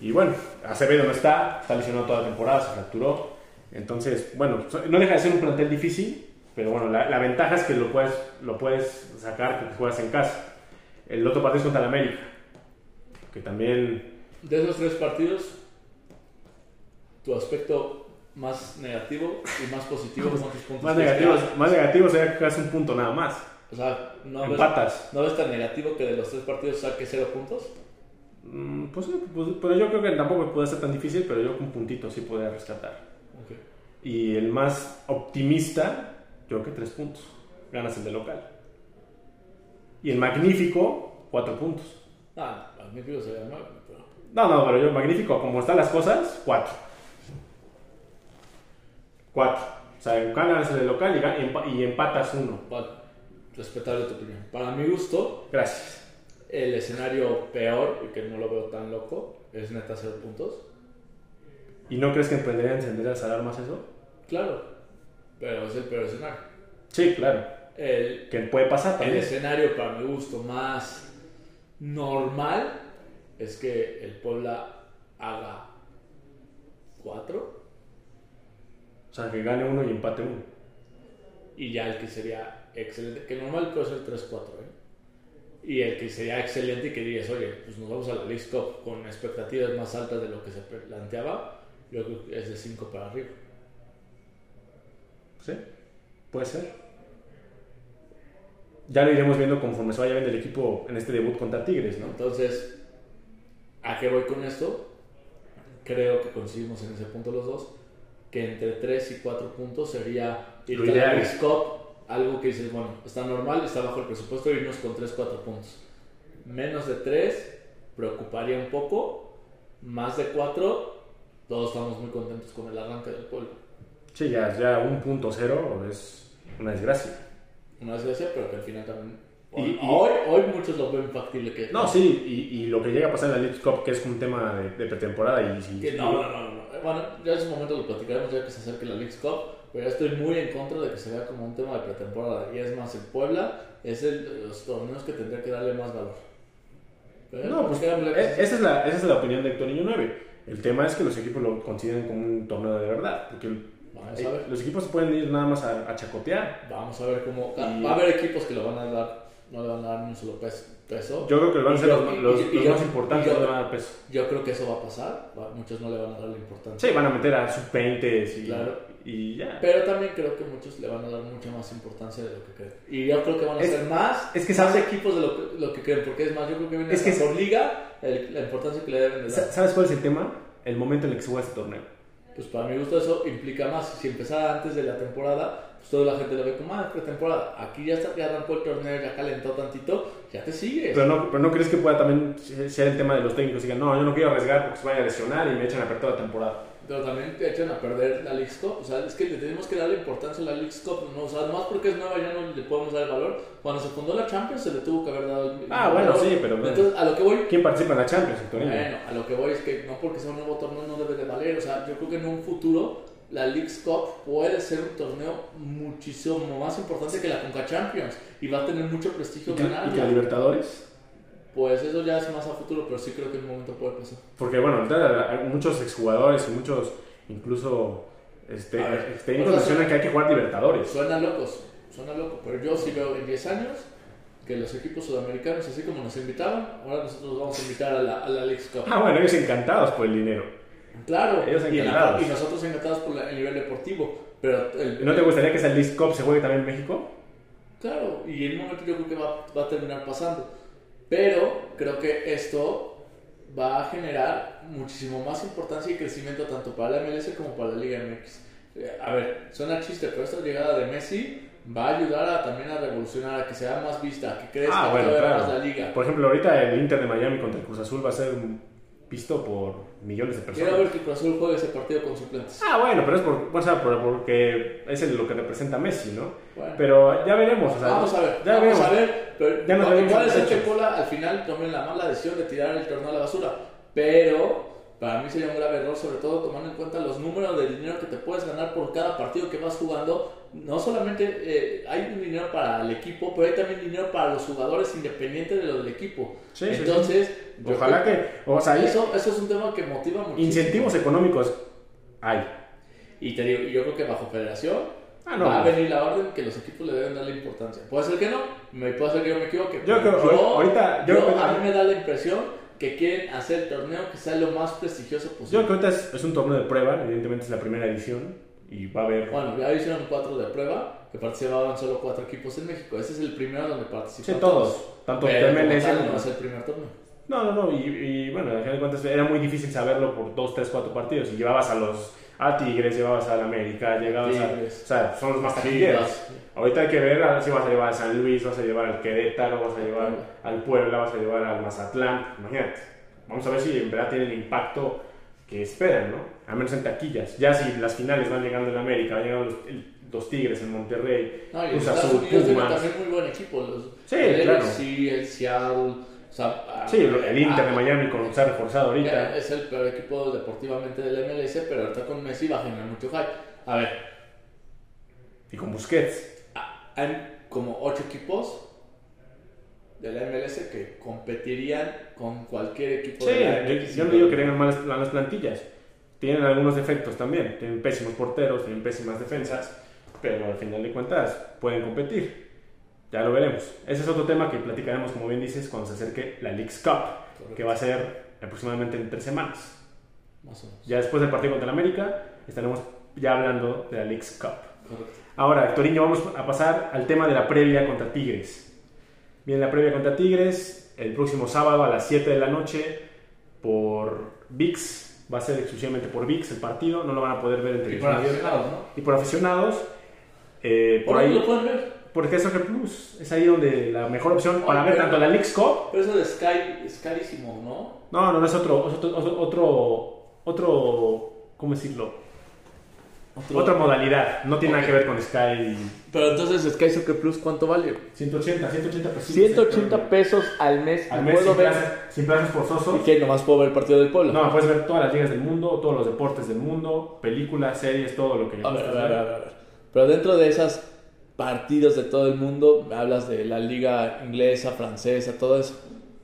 Y bueno, Acevedo no está, está lesionado toda la temporada, se fracturó. Entonces, bueno, so- no deja de ser un plantel difícil, pero bueno, la, la ventaja es que lo puedes, lo puedes sacar, que juegas en casa. El otro partido es contra el América, que también
De esos tres partidos, tu aspecto más negativo y más positivo, ¿cuántos puntos
Pues, más
crees que
negativo,
hay?
más negativo sería que hagas un punto nada más.
O sea, ¿no
pues,
ves,
Empatas.
¿no ves tan negativo que de los tres partidos saque cero puntos?
Mm, Pues, sí, pues, pero yo creo que tampoco puede ser tan difícil, pero yo con puntito sí podría rescatar.
Ok.
Y el más optimista, yo creo que tres puntos. Ganas el de local. Y el magnífico, cuatro puntos.
Ah, magnífico sería nueve, pero...
No, no, pero yo, magnífico, como están las cosas, cuatro. Cuatro. O sea, ganas el de local y, gan- y empa- y empatas uno.
Vale, respetable tu opinión. Para mi gusto,
Gracias.
el escenario peor, y que no lo veo tan loco, es neta cero puntos.
¿Y no crees que emprendería a encender las alarmas eso?
Claro, pero es el peor escenario.
Sí, claro.
El,
Que puede pasar
el
también.
escenario, para mi gusto, más normal es que el Puebla haga cuatro
O sea, que gane uno y empate uno.
y ya el que sería excelente, que normal puede ser 3-4, ¿eh? Y el que sería excelente y que dirías, oye, pues nos vamos a la League Cup con expectativas más altas de lo que se planteaba, yo creo que es de 5 para arriba.
Sí, puede ser. Ya lo iremos viendo conforme se vaya viendo el equipo en este debut contra Tigres, ¿no?
Entonces, ¿a qué voy con esto? Creo que coincidimos en ese punto los dos, que entre 3 y 4 puntos sería ir
Lo
a la
ideal.
League Cup, algo que dices, bueno, está normal, está bajo el presupuesto, irnos con 3, 4 puntos. Menos de 3 preocuparía un poco, más de 4 todos estamos muy contentos con el arranque del pueblo.
Sí, ya, ya un punto cero es una desgracia.
Una desgracia, pero que al final también...
Y- y-
hoy, hoy muchos lo ven factible que...
No, sí, y, y lo que llega a pasar en la League Cup, que es un tema de, de pretemporada y... si-
Que no, no, no, no. Eh, Bueno, ya en su momento lo platicaremos ya que se acerque la League Cup, pero ya estoy muy en contra de que se vea como un tema de pretemporada. Y es más, el Puebla es el de los torneos que tendría que darle más valor. Pero,
No, pues
¿qué habla-
e- esa es, la, esa es la opinión de Héctor Niño 9. El tema es que los equipos lo consideran como un torneo de verdad, porque el- eh,
Vamos a ver.
los equipos pueden ir nada más a, a chacotear.
Vamos a ver cómo.
Y-
Va a haber equipos que lo van a dar, no le van a dar ni un solo pes- peso.
Yo creo que van a
Y
ser
yo-
los,
y-
los-
y- y
los
yo-
más importantes,
y yo-
no le van a dar peso.
Yo creo que eso va a pasar. Va- Muchos no le van a dar la importancia.
Sí, van a meter a sus 20 y,
Claro.
y ya.
Pero también creo que muchos le van a dar mucha más importancia de lo que creen. Y yo creo que van a
Es-
ser más,
es que
más
sabe-
equipos de lo que, lo que creen. Porque es más, yo creo que viene
Es que-
por liga el- la importancia que le deben de
Sa-
dar.
¿Sabes cuál es el tema? El momento en el que se juega este torneo.
Pues para mi gusto eso implica más. Si empezara antes de la temporada, pues toda la gente lo ve como, ah, es pretemporada. Aquí ya, está, ya arrancó el torneo, ya calentó tantito, ya te sigues.
Pero no, pero no crees que pueda también se- ser el tema de los técnicos. Digan, no, yo no quiero arriesgar porque se vaya a lesionar y me echan a perder toda la temporada.
Pero también te echan a perder la Leagues Cup. O sea, es que le tenemos que darle importancia a la Leagues Cup. ¿no? O sea, además porque es nueva ya no le podemos dar el valor. Cuando se fundó la Champions se le tuvo que haber dado el
Ah,
el
bueno,
valor.
sí, pero bueno.
Entonces, a lo que voy
¿Quién participa en la Champions, Antonio?
Bueno, a lo que voy es que no porque sea un nuevo torneo no debe de valer. O sea, yo creo que en un futuro la Leagues Cup puede ser un torneo muchísimo más importante que la Conca Champions y va a tener mucho
¿Y
prestigio
que, y
ganarla.
que la Libertadores?
Pues eso ya es más a futuro, pero sí creo que en un momento puede pasar.
Porque, bueno, ahorita hay muchos exjugadores y muchos, incluso, este,
A ver,
ex- técnicos
o sea,
mencionan que hay que jugar Libertadores.
Suena locos, suena loco, pero yo sí veo en 10 años que los equipos sudamericanos, así como nos invitaban, ahora nosotros nos vamos a invitar a la, a la Leagues Cup.
Ah, bueno, ellos encantados por el dinero.
Claro,
Ellos
y,
encantados.
y nosotros encantados por la- el nivel deportivo. Pero el-
¿No te gustaría que esa League Cup se juegue también en México?
Claro, y en un momento yo creo que va, va a terminar pasando. Pero creo que esto va a generar muchísimo más importancia y crecimiento tanto para la MLS como para la Liga MX. Eh, A ver, suena chiste, pero esta llegada de Messi va a ayudar a- también a revolucionar, a que sea más vista, a que crezca todavía más la liga.
Por ejemplo, ahorita el Inter de Miami contra el Cruz Azul va a ser un- visto por millones de personas.
Quiero ver que Cruz Azul juegue ese partido con suplentes.
Ah, bueno, pero es por, o sea, por- porque es el- lo que representa Messi, ¿no?
Bueno.
Pero ya veremos. O sea,
Vamos a ver,
Ya
vamos
veremos.
a ver. Pero
Ya nos
no,
veremos
igual
en
el Sancho
hechos.
Cola al final tomó la mala decisión de tirar el torneo a la basura. Pero para mí sería un grave error, sobre todo tomando en cuenta los números de dinero que te puedes ganar por cada partido que vas jugando. No solamente eh, hay un dinero para el equipo, pero hay también dinero para los jugadores independientes de lo del equipo.
Sí, sí, sí.
Entonces, yo
Ojalá
creo
que, o sea, hay
Eso, eso es un tema que motiva muchísimo.
incentivos económicos hay.
Y te digo, y yo creo que bajo federación
Ah, no.
va a venir la orden que los equipos le deben darle importancia. Puede ser que no, me puede ser que yo me equivoque.
Yo
pero
creo- ahorita- yo
yo-
creo que-
a mí me da la impresión que quieren hacer el torneo que sea lo más prestigioso
Yo creo
posible.
que ahorita es, es un torneo de prueba, evidentemente es la primera edición y va a haber.
Bueno, ya hicieron cuatro de prueba, que participaban solo cuatro equipos en México. Ese es el primero donde
sí,
participan
todos, tanto
Pero
de
como
MLS.
tal, no es el primer torneo.
No, no, no, y, y, bueno, al final de cuentas era muy difícil saberlo por dos, tres, cuatro partidos. Y llevabas a los a Tigres, llevabas al América, llegabas a. O
Tigres.
sea, son los más taquilleros. Ahorita hay que ver a ver si vas a llevar a San Luis, vas a llevar al Querétaro, vas a llevar al Puebla, vas a llevar al Mazatlán. Imagínate. Vamos a ver si en verdad tiene el impacto que esperan, ¿no? A menos en taquillas. Ya si las finales van llegando en América, van llegando los, el- los Tigres en Monterrey,
No, y
Cruz
Estados
Azul,
Unidos tiene
Pumas.
también muy buen equipo. Los,
Sí,
el
claro.
LAFC, el Seattle. O sea,
Sí, el Inter
ah,
de Miami con, se ha reforzado ahorita.
Ya, es el peor equipo deportivamente del MLS, pero ahorita con Messi va a generar mucho hype. A ver,
Y con Busquets.
a- hay como ocho equipos del MLS que competirían con cualquier equipo
Sí,
de la
yo,
MLS.
yo no digo que tengan malas, malas plantillas. Tienen algunos defectos también. Tienen pésimos porteros, tienen pésimas defensas. Pero al final de cuentas pueden competir. Ya lo veremos. Ese es otro tema que platicaremos, como bien dices, cuando se acerque la Leagues Cup, que va a ser aproximadamente en tres semanas.
Más o menos.
Ya después del partido contra el América, estaremos ya hablando de la Leagues Cup.
Correcto.
Ahora, Hectorinho, vamos a pasar al tema de la previa contra Tigres. Viene la previa contra Tigres el próximo sábado a las 7 de la noche por VIX. Va a ser exclusivamente por VIX el partido. No lo van a poder ver en
Y
televisión.
para aficionados, ¿no?
Y por aficionados. eh, por
Por ahí
ahí,
lo pueden ver.
porque es Soccer Plus. Es ahí donde la mejor opción para ver tanto la Leagues Cup.
Pero eso de Sky es carísimo, ¿no?
No, no, no es otro, es otro, otro, otro, otro- ¿cómo decirlo? Otra modalidad. No tiene nada que ver con Sky.
Pero entonces Sky Soccer Plus, ¿cuánto vale?
180, 180 pesos.
pesos al mes.
Al mes sin plazas, sin plazas forzosos.
que nomás puedo ver el partido del pueblo?
No, puedes ver todas las ligas del mundo, todos los deportes del mundo, películas, series, todo lo que
A ver,
gustes
a ver,
ver.
a ver, a ver. Pero dentro de esas partidos de todo el mundo, me hablas de la liga inglesa, francesa, todo eso,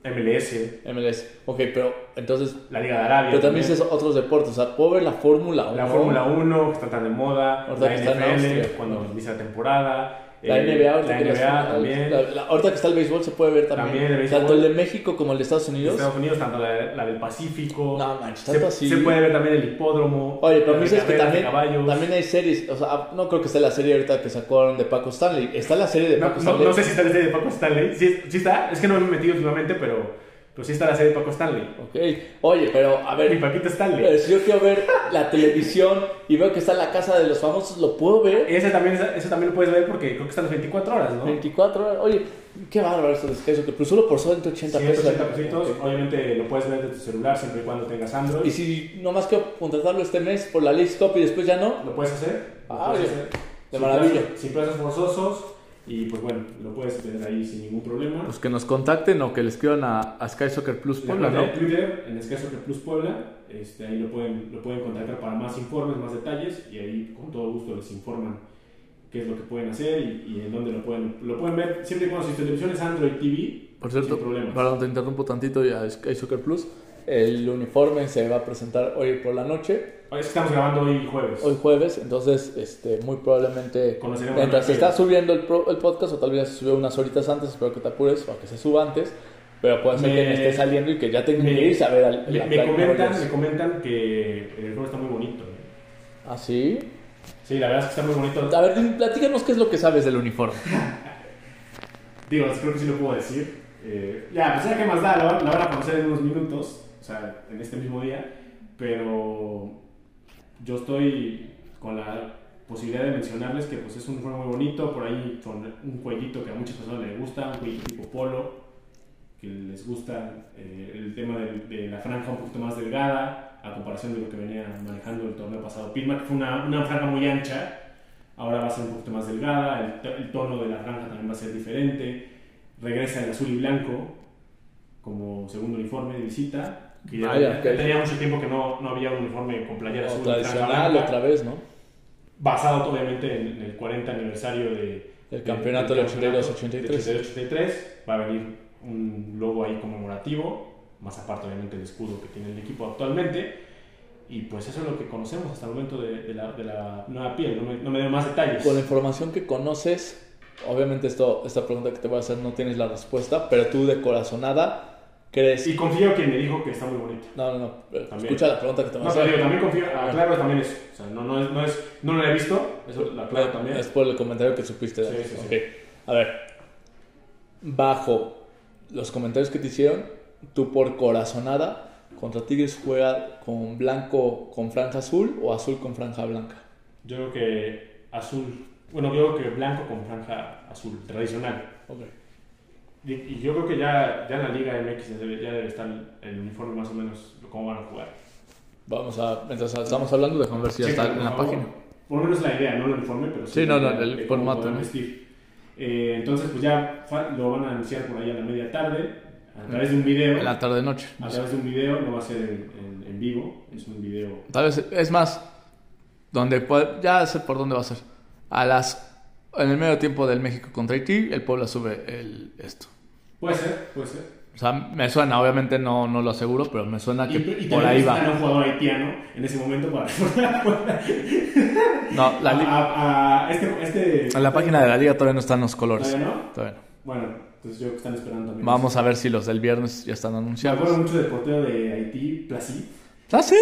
MLS,
MLS. Ok, pero entonces,
la Liga de Arabia.
pero también es otros deportes, o sea, puedo ver la Fórmula 1.
La Fórmula 1, que está tan de moda.
Ahorita
la
que está en
NFL,
Austria.
cuando inicia la temporada.
La
eh,
NBA, ahorita
la
que las-
NBA también.
la- la- ahorita que está el béisbol se puede ver también.
También el béisbol.
Tanto el de México como el de Estados Unidos.
Estados Unidos, tanto la, la del Pacífico.
No manches,
se,
tanto así.
se puede ver también el hipódromo.
Oye, pero
las
me dices que
carreras de
también,
caballos.
también hay series. O sea, no creo que esté la serie ahorita que sacaron de Paco Stanley. Está la serie de
No,
Paco
no-
Stanley.
no sé si está la serie de Paco Stanley. Sí, sí está, es que no me he metido últimamente, pero, pero sí está la serie de Paco Stanley.
Ok. Oye, pero a ver,
Mi Paquito Stanley.
Pero si yo quiero ver la televisión y veo que está la casa de los famosos, ¿lo puedo ver?
Ese también, ese también lo puedes ver porque creo que están las 24 horas, ¿no?
24 horas. Oye, qué bárbaro eso de Sky Soccer, pero solo por 180 pesos.
180 pesitos. Obviamente lo puedes ver desde tu celular siempre y cuando tengas Android.
Y si nomás quiero contratarlo este mes por la League Cup y después ya no,
¿Lo puedes hacer? lo
Ah,
puedes
bien.
hacer.
De
Sin
maravilla.
plazos- Sin plazos forzosos. Y pues bueno, lo puedes tener ahí sin ningún problema.
pues que nos contacten o que le escriban a, Sky Soccer Plus
La cuenta de Twitter, en este caso que Plus Puebla, este, ahí lo pueden, lo pueden contactar para más informes, más detalles y ahí con todo gusto les informan qué es lo que pueden hacer y, y en dónde lo pueden, lo pueden ver siempre y cuando su televisión es Android TV.
Por cierto,
sin problemas.
perdón, te interrumpo tantito ya Sky Soccer Plus. El uniforme se va a presentar hoy por la noche.
Es que estamos grabando hoy jueves.
hoy jueves, entonces este, muy probablemente
Conoceremos
mientras
la
se está
previa.
subiendo el, pro- el podcast o tal vez se sube unas horitas antes, espero que te apures o que se suba antes, Pero puede ser que me
Me-
esté saliendo y que ya tenga
me-
que ir a ver al.
Me,
la
me
Black
comentan,
Warriors.
me comentan que el juego está muy bonito. ¿eh?
¿Ah, sí?
Sí, la verdad es que está muy bonito.
A ver, dime, platícanos qué es lo que sabes del uniforme.
Digo, creo que sí lo puedo decir. Eh, ya, pues ya que más da, la, van- la van a conocer en unos minutos, o sea, en este mismo día. Pero yo estoy con la posibilidad de mencionarles que pues es un juego muy bonito, por ahí con un jueguito que a muchas personas les gusta, un jueguito tipo polo, que les gusta eh, el tema de, de la franja un poquito más delgada, a comparación de lo que venía manejando el torneo pasado. Pilma, que fue una, una franja muy ancha, ahora va a ser un poquito más delgada, el, to- el tono de la franja también va a ser diferente, regresa el azul y blanco como segundo uniforme de visita. Que ya-
Vaya,
ya
ok.
tenía mucho tiempo que no, no había un uniforme con playera
O
azul. y franja
tradicional
blanca
otra vez, ¿no?
basado obviamente en, en el 40 aniversario de,
Del campeonato del 82-83.
83 va a venir un logo ahí conmemorativo, más aparte obviamente el escudo que tiene el equipo actualmente. Y pues eso es lo que conocemos hasta el momento de, de la, de la nueva piel, no me, no me dio más detalles.
Con la información que conoces, obviamente esto, esta pregunta que te voy a hacer no tienes la respuesta, pero tú de corazonada crees...
Y confío que me dijo que está muy bonito.
No, no, no, pero
También.
escucha la pregunta que te voy a
No,
Ah.
pero digo,
hacer.
también confío, aclaro también eso. O sea, no, no, es, no, es, no lo he visto, eso lo aclaro también.
Ah, Es por el comentario que supiste. de
Sí,
antes.
sí, sí.
Ok. A ver, bajo los comentarios que te hicieron, tú por corazonada, contra Tigres juega con blanco con franja azul o azul con franja blanca.
Yo creo que azul, bueno, yo creo que blanco con franja azul, tradicional.
Ok.
Y, y yo creo que ya, ya en la Liga MX ya debe, ya debe estar el uniforme más o menos cómo van a jugar.
Vamos a, mientras estamos hablando, déjame ver si ya
Checa,
está en
por
la
favor.
página.
Por lo menos la idea, no el uniforme, pero sí,
Sí, no,
la
no,
idea
el
de cómo
formato,
poder
¿no?
vestir. Eh, entonces, pues ya fa- lo van a anunciar por ahí a la media tarde, a través de un video.
En la tarde-noche.
A través de un video, no va a ser en, en- en vivo, es un video.
Tal vez, es más, donde puede- ya sé por dónde va a ser. A las, en el medio tiempo del México contra Haití, el Puebla sube el, esto.
Puede ser, puede ser.
O sea, me suena, obviamente no, no lo aseguro, pero me suena
Y,
Ah, que
y también
por ahí
están
va.
a un jugador haitiano en ese momento para.
No, la, li-
a, a- este, este.
en la página de la liga todavía no están los colores.
¿Todavía no?
Todavía no.
Bueno, entonces yo creo que están esperando también.
Vamos a ver si los del viernes ya están
Me acuerdo
anunciados.
mucho del portero de Haití, Placid.
¡Ah, sí!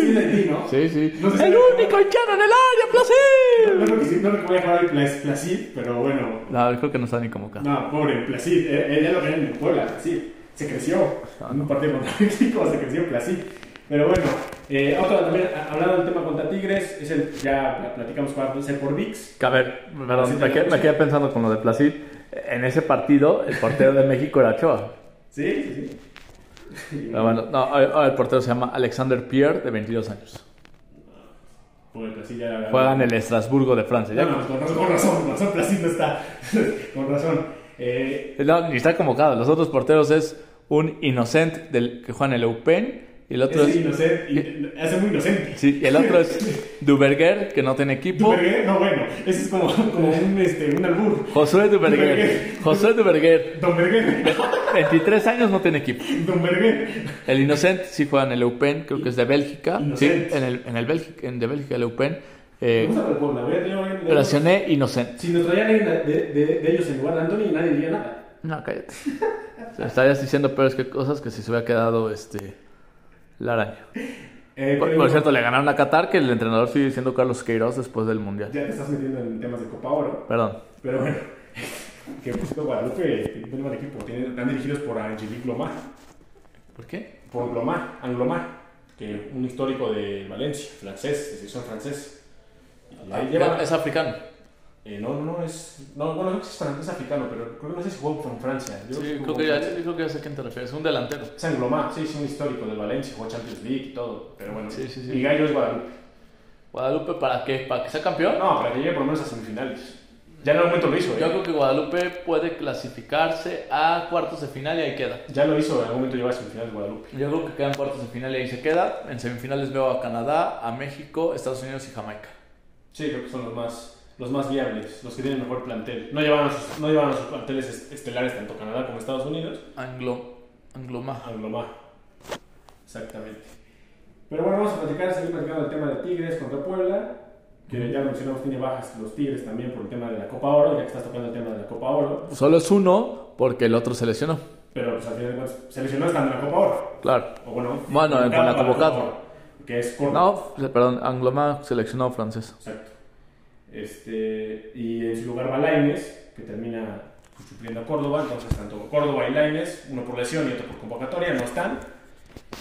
Sí, es de Haití, ¿no?
Sí, sí.
No sé si-
¡El único haitiano en el área,
No, no
Placid!
creo que sí, no creo que vaya a jugar el Pla- Placid, pero bueno.
No, creo que no está ni convocado.
No, pobre, Placid. Él, él eh, ya lo tenían en el Puebla, Placid. Se creció.
Ah,
En un partido contra México se creció Placid. Pero bueno, eh, otra también, a- hablando del tema contra Tigres, es el, ya pl- platicamos cuál va a ser por VIX.
A ver,
Sí,
perdón, me
te
quedé,
escucho.
me quedé pensando con lo de Placid. En ese partido, el portero de México era Ochoa.
Sí, sí, sí.
Pero bueno, no, ahora- ahora el portero se llama Alexander Pierre, de 22 años.
Pobre Placid ya. Ah,
Juega en el Estrasburgo de Francia. Ya-
No, no, con razón, con razón, con razón, Placid no está. con razón. Eh,
no, ni está convocado. Los otros porteros es un Innocent del, que juega en el Eupen. Y el otro
Es
es,
inocente, in- hace muy inocente.
sí, y el otro es Duberger, que no tiene equipo.
Duvergué, no, bueno, ese es como, como un, este, un albur.
Josué Duberger.
Duverger.
Josué Duberger.
Don Bergué,
23 años, no tiene equipo.
Don Bergué.
El Innocent sí juega en el Eupen, creo que es de Bélgica. Sí,
Innocent.
en el, en el Bélgica, en de Bélgica, el Eupen.
Me
Eh,
gusta el Puebla, voy a tener- voy a tener-
relacioné Innocent.
Si nos traían alguien de, de- de ellos en lugar de Anthony, nadie diría nada.
No, cállate. O sea, Estarías diciendo peores que cosas que si se hubiera quedado este la araña.
Eh,
Por,
pero-
por cierto, le ganaron a Qatar, que el entrenador sigue siendo Carlos Queiroz después del Mundial.
Ya te estás metiendo en temas de Copa Oro,
Perdón.
pero bueno. Que por cierto, Guadalupe tiene un buen equipo. Tienen- Están dirigidos por Angelique Lomar.
¿Por qué?
Por Lomar, Anglomar, que un histórico de Valencia, francés, de sección francés. Y
Ah,
ahí lleva-
Es africano.
Eh, no, no, no es. No, bueno, creo que es, fran- es africano, pero creo que no sé si jugó con Francia. Yo
Sí,
jugó
creo
con
que, ya,
Francia.
creo que ya sé a quién te refieres. Un delantero.
Es Anglomar, sí, es un histórico del Valencia, jugó Champions League y todo. Pero bueno,
Sí, sí, sí.
mi gallo es Guadalupe.
¿Guadalupe para qué? ¿Para que sea campeón?
No, para que llegue por lo menos a semifinales. Ya en algún momento lo hizo,
Yo
¿eh?
creo que Guadalupe puede clasificarse a cuartos de final y ahí queda.
Ya lo hizo, en algún momento llegó a semifinales Guadalupe.
Yo creo que quedan cuartos de final y ahí se queda. En semifinales veo a Canadá, a México, Estados Unidos y Jamaica.
Sí, creo que son los más, los más viables, los que tienen mejor plantel. No llevaron a sus, no llevaron a sus planteles est- estelares tanto Canadá como Estados Unidos.
Anglo, Anglomá.
Anglomar. Exactamente. Pero bueno, vamos a platicar, seguir platicando del tema de Tigres contra Puebla, que ya mencionamos tiene bajas los Tigres también por el tema de la Copa Oro, ya que estás tocando el tema de la Copa Oro.
Solo es uno porque el otro se lesionó.
Pero pues, al final de cuentas, se lesionó estando en la Copa Oro.
Claro.
O bueno,
Bueno, con
convocado para
la convocada.
Copa Oro, Que es corto.
No, perdón, Angloma seleccionado francés.
Exacto. Este, y en su lugar va Laines, que termina pues, supliendo a Córdoba. Entonces, tanto Córdoba y Laines, uno por lesión y otro por convocatoria, no están.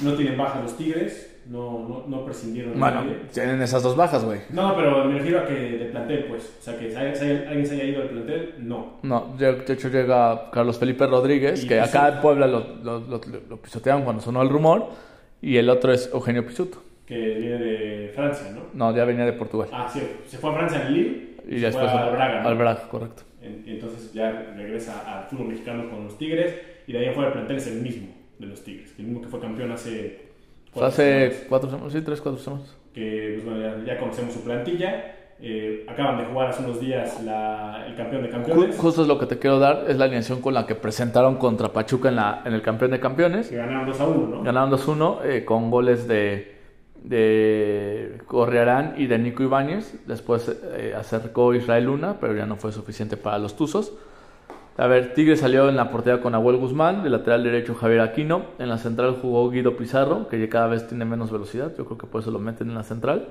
No tienen baja los Tigres, no, no, no prescindieron de
Bueno,
nadie.
tienen esas dos bajas, güey.
No, pero me refiero a que de plantel, pues. O sea, que se haya- se haya- alguien se haya ido del plantel, no.
No, de de hecho llega Carlos Felipe Rodríguez,
Y
que acá
Pisuto.
en Puebla lo, lo, lo- lo pisotearon cuando sonó el rumor, y el otro es Eugenio Pisuto.
Que viene de Francia, ¿no?
No, ya venía de Portugal.
Ah, cierto. Se fue a Francia en Lille
y
se
después
fue a Braga. ¿no?
al Braga, correcto.
En- y entonces ya regresa al fútbol mexicano con los Tigres. Y de ahí afuera el plantel es el mismo de los Tigres. El mismo que fue campeón hace.
O sea,
cuatro semanas.
Pues hace cuatro semanas, sí, tres, cuatro semanas.
que pues, bueno, ya, ya conocemos su plantilla. Eh, acaban de jugar hace unos días la- el campeón de
Ju-
campeones.
Justo es lo que te quiero dar, es la alineación con la que presentaron contra Pachuca en, la, en el campeón de campeones.
Que ganaron 2 a 1, ¿no?
Ganaron 2-1 eh, con goles de, de Correarán y de Nico Ibáñez. Después eh, acercó Israel Luna, pero ya no fue suficiente para los Tuzos. A ver, Tigre salió en la portería con Nahuel Guzmán, de lateral derecho Javier Aquino, en la central jugó Guido Pizarro, que ya cada vez tiene menos velocidad, yo creo que por eso lo meten en la central,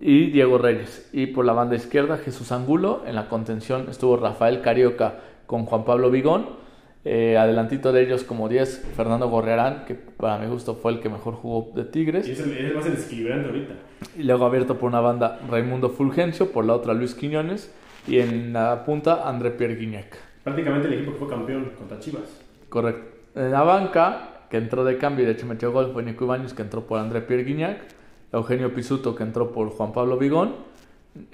y Diego Reyes. Y por la banda izquierda Jesús Angulo, en la contención estuvo Rafael Carioca con Juan Pablo Vigón, Eh, adelantito de ellos como 10 Fernando Gorrearán, que para mi gusto fue el que mejor jugó de Tigres.
Y es el, es el más desequilibrante ahorita.
Y luego abierto por una banda Raimundo Fulgencio, por la otra Luis Quiñones y en la punta André Pierre Guignac.
Prácticamente el equipo que fue campeón contra Chivas.
Correcto. En la banca, que entró de cambio y de hecho metió gol, fue Nico Ibáñez, que entró por André Pierre Guignac, Eugenio Pisuto, que entró por Juan Pablo Vigón,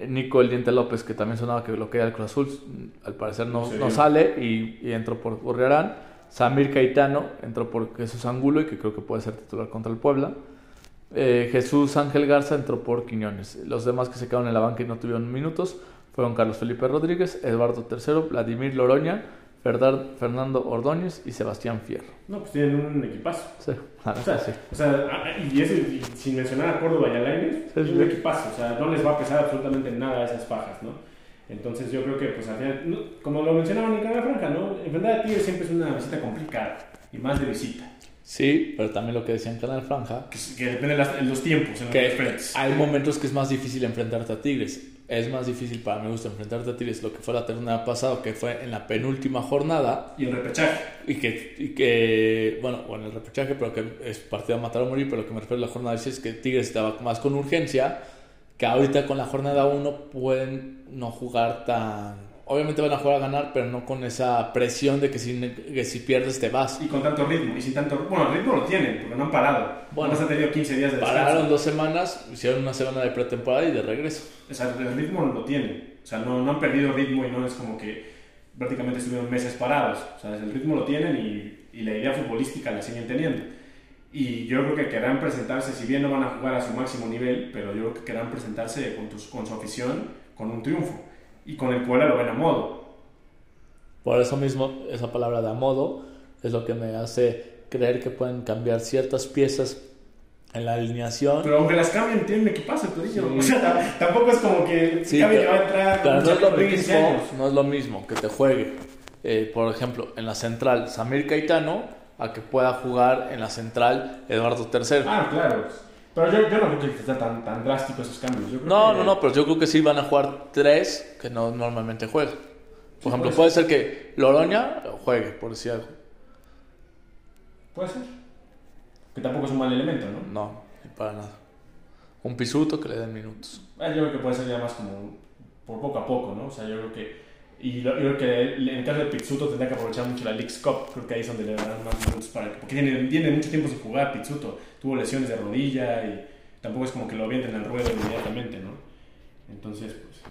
Nico El Diente López, que también sonaba que lo quería el Cruz Azul, al parecer no,
Sí.
no sale y, y entró por Gorriarán, Samir Caetano entró por Jesús Angulo y que creo que puede ser titular contra el Puebla. Eh, Jesús Ángel Garza entró por Quiñones. Los demás que se quedaron en la banca y no tuvieron minutos fueron Carlos Felipe Rodríguez, Eduardo III, Vladimir Loroña, Ferdar- Fernando Ordóñez y Sebastián Fierro.
No, pues tienen un equipazo.
Sí, la
O sea,
neta, sí.
o sea, ah, y, eso, y sin mencionar a Córdoba y a Lainez,
Sí,
es
sí.
un equipazo. O sea, no les va a pesar absolutamente nada esas pajas, ¿no? Entonces yo creo que, pues al final, no, como lo mencionaban en Canal Franja, ¿no? Enfrentar a Tigres siempre es una visita complicada. Y más de visita.
Sí, pero también lo que decía en Canal Franja,
Que, que depende de las- de los tiempos en los que
que
enfrentes.
hay momentos que es más difícil enfrentarte a Tigres. Es más difícil para mí gusto enfrentarte a Tigres lo que fue la temporada pasada, que fue en la penúltima jornada,
Y el repechaje.
Y que, y que, bueno, bueno, el repechaje, pero que es partido a matar o morir, pero lo que me refiero a la jornada 6 es que Tigres estaba más con urgencia, que ahorita con la jornada 1 pueden no jugar tan... Obviamente van a jugar a ganar, pero no con esa presión de que si, que si pierdes te vas.
Y con tanto ritmo. Y sin tanto. Bueno, el ritmo lo tienen, porque no han parado.
Bueno.
Bueno, han tenido 15 días de descanso.
Pararon dos semanas, hicieron una semana de pretemporada y de regreso.
O sea, el ritmo lo tienen. O sea, no, no han perdido ritmo y no es como que prácticamente estuvieron meses parados. O sea, el ritmo lo tienen y, y la idea futbolística la siguen teniendo. Y yo creo que querrán presentarse, si bien no van a jugar a su máximo nivel, pero yo creo que querrán presentarse con, tus- con su afición con un triunfo. Y con el Puebla lo ven a modo.
Por eso mismo, esa palabra de amodo es lo que me hace creer que pueden cambiar ciertas piezas en la alineación.
Pero aunque las cambien, tienen un equipazo, te digo. O sea, tam- tampoco es como que
Sí,
cambie
pero-
que va a entrar
pero
un
no es lo
chavo de 15
mismo,
años.
no es lo mismo que te juegue, eh, por ejemplo, en la central Samir Caetano a que pueda jugar en la central Eduardo III.
Ah, claro. Pero yo, yo no creo que sea tan, tan drástico esos cambios. Yo creo
no,
que-
no, no, pero yo creo que sí van a jugar tres que no normalmente juegan. Por
Sí,
ejemplo, puede
puede
ser que Loroña juegue, por decir algo.
Puede ser. Que tampoco es un mal elemento, ¿no?
No, ni para nada. Un pisuto que le den minutos.
Ah, Yo creo que puede ser ya más como por poco a poco, ¿no? O sea, yo creo que. Y lo- yo creo que el- en el caso de Pizzuto tendrá que aprovechar mucho la Leagues Cup. Creo que ahí es donde le darán más minutos para. Porque tiene, tiene mucho tiempo sin jugar Pizzuto. Tuvo lesiones de rodilla y tampoco es como que lo avienten al ruedo inmediatamente, ¿no? Entonces, pues.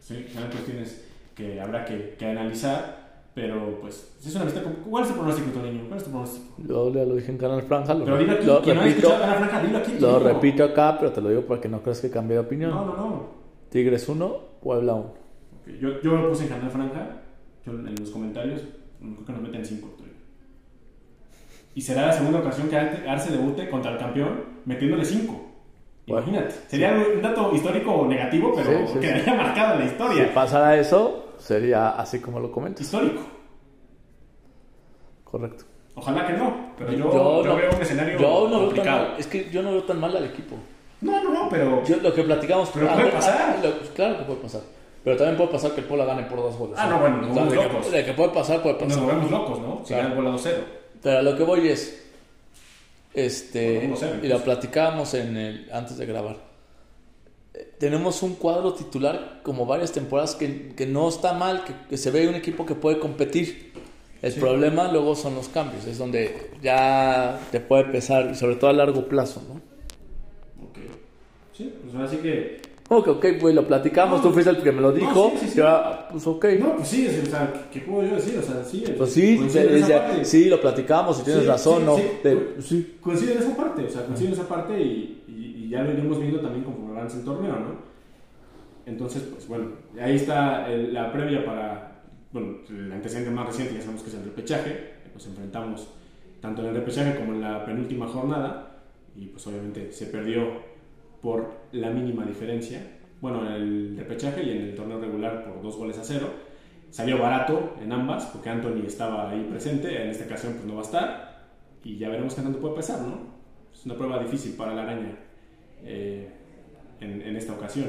Sí, son cuestiones que habrá que, que analizar. Pero, pues, si es una amistad. ¿Cuál es tu pronóstico, Toniño? ¿Cuál es tu pronóstico?
Yo ya lo dije en Canal Franja, lo,
Pero dilo aquí.
lo
que no haya
repito,
escuchado Canal Franja, dilo aquí.
lo
Toniño.
repito acá, pero te lo digo para que no creas que cambié de opinión.
No, no, no.
Tigres 1, Puebla 1.
Ok, Yo, yo lo puse en Canal Franja, yo en los comentarios, creo que nos meten 5 Y será la segunda ocasión que Arce Arce debute contra el campeón metiéndole 5.
Bueno.
Imagínate. Sería un dato histórico negativo, pero
Sí, sí,
quedaría marcado en la
Si
historia.
pasara eso, sería así como lo comentas.
Histórico.
correcto.
Ojalá que no, pero yo, yo
no-
veo un escenario
yo no veo tan
complicado.
mal- es que yo no veo tan mal al equipo.
no, no, no, pero
Yo- lo que platicamos.
Pero puede
ah,
pasar.
ah, lo- claro que puede pasar. Pero también puede pasar que el Puebla gane por dos goles.
Ah, no, bueno, nos
Entonces,
volvemos
de que-
locos.
de que puede pasar, puede
nos
pasar.
volvemos locos, ¿no? Si
Claro.
ganan volado cero.
Pero a lo que voy es. Este.
Bueno, no sé,
y lo platicábamos en el, antes de grabar. Eh, Tenemos un cuadro titular como varias temporadas que, que no está mal, que, que se ve un equipo que puede competir. El problema luego son los cambios, es donde ya te puede pesar, y sobre todo a largo plazo, ¿no?
Ok. Sí, pues así que.
Ok, ok, pues lo platicamos, tú fuiste el que me lo dijo,
sí, sí, sí.
y ahora, pues ok.
No, pues sí, o sea, ¿qué, qué puedo yo decir? O sea, sí.
Pues sí,
coincido en
es
esa
ya-
parte.
sí, lo platicamos, si tienes
Sí,
razón,
sí,
¿no?
sí.
Te- sí.
Coincido en esa parte, o sea, coincido en esa parte y, y- y ya lo iremos viendo también conforme avance el torneo, ¿no? Entonces, pues bueno, ahí está el- la previa para, bueno, el antecedente más reciente ya sabemos que es el repechaje, nos enfrentamos tanto en el repechaje como en la penúltima jornada y pues obviamente se perdió por la mínima diferencia, bueno, en el repechaje y en el torneo regular por dos goles a cero. Salió barato en ambas porque Anthony estaba ahí presente, en esta ocasión pues no va a estar y ya veremos qué tanto puede pesar, ¿no? Es una prueba difícil para la araña eh, en, en esta ocasión.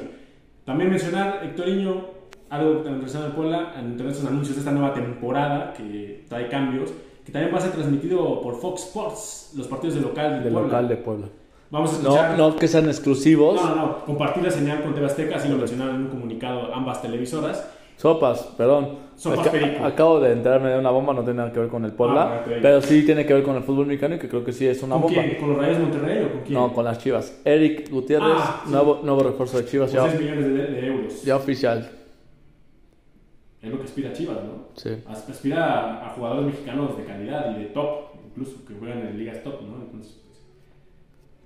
También mencionar, Hectorinho, algo tan interesante de Puebla, entre estos anuncios de esta nueva temporada que trae cambios, que también va a ser transmitido por Fox Sports, los partidos de local de,
Del
Puebla.
local de Puebla.
Vamos a escuchar...
No, no que sean exclusivos.
No, no, no, compartir la señal con TV Azteca, así lo mencionaron en un comunicado ambas televisoras.
Sopas, perdón.
Sopas perico.
acabo de enterarme de una bomba, no tiene nada que ver con el Puebla,
Ah, ok.
pero sí tiene que ver con el fútbol mexicano y que creo que sí es una
¿Con
bomba.
quién? ¿Con los Rayos Monterrey o con quién?
No, con las Chivas. Eric Gutiérrez,
Ah, sí.
nuevo, nuevo refuerzo de Chivas,
Con
ya,
6 Pues millones de, de euros.
ya oficial.
Es lo que aspira Chivas, ¿no?
Sí.
As- aspira a, a jugadores mexicanos de calidad y de top, incluso que juegan en ligas top, ¿no? Entonces,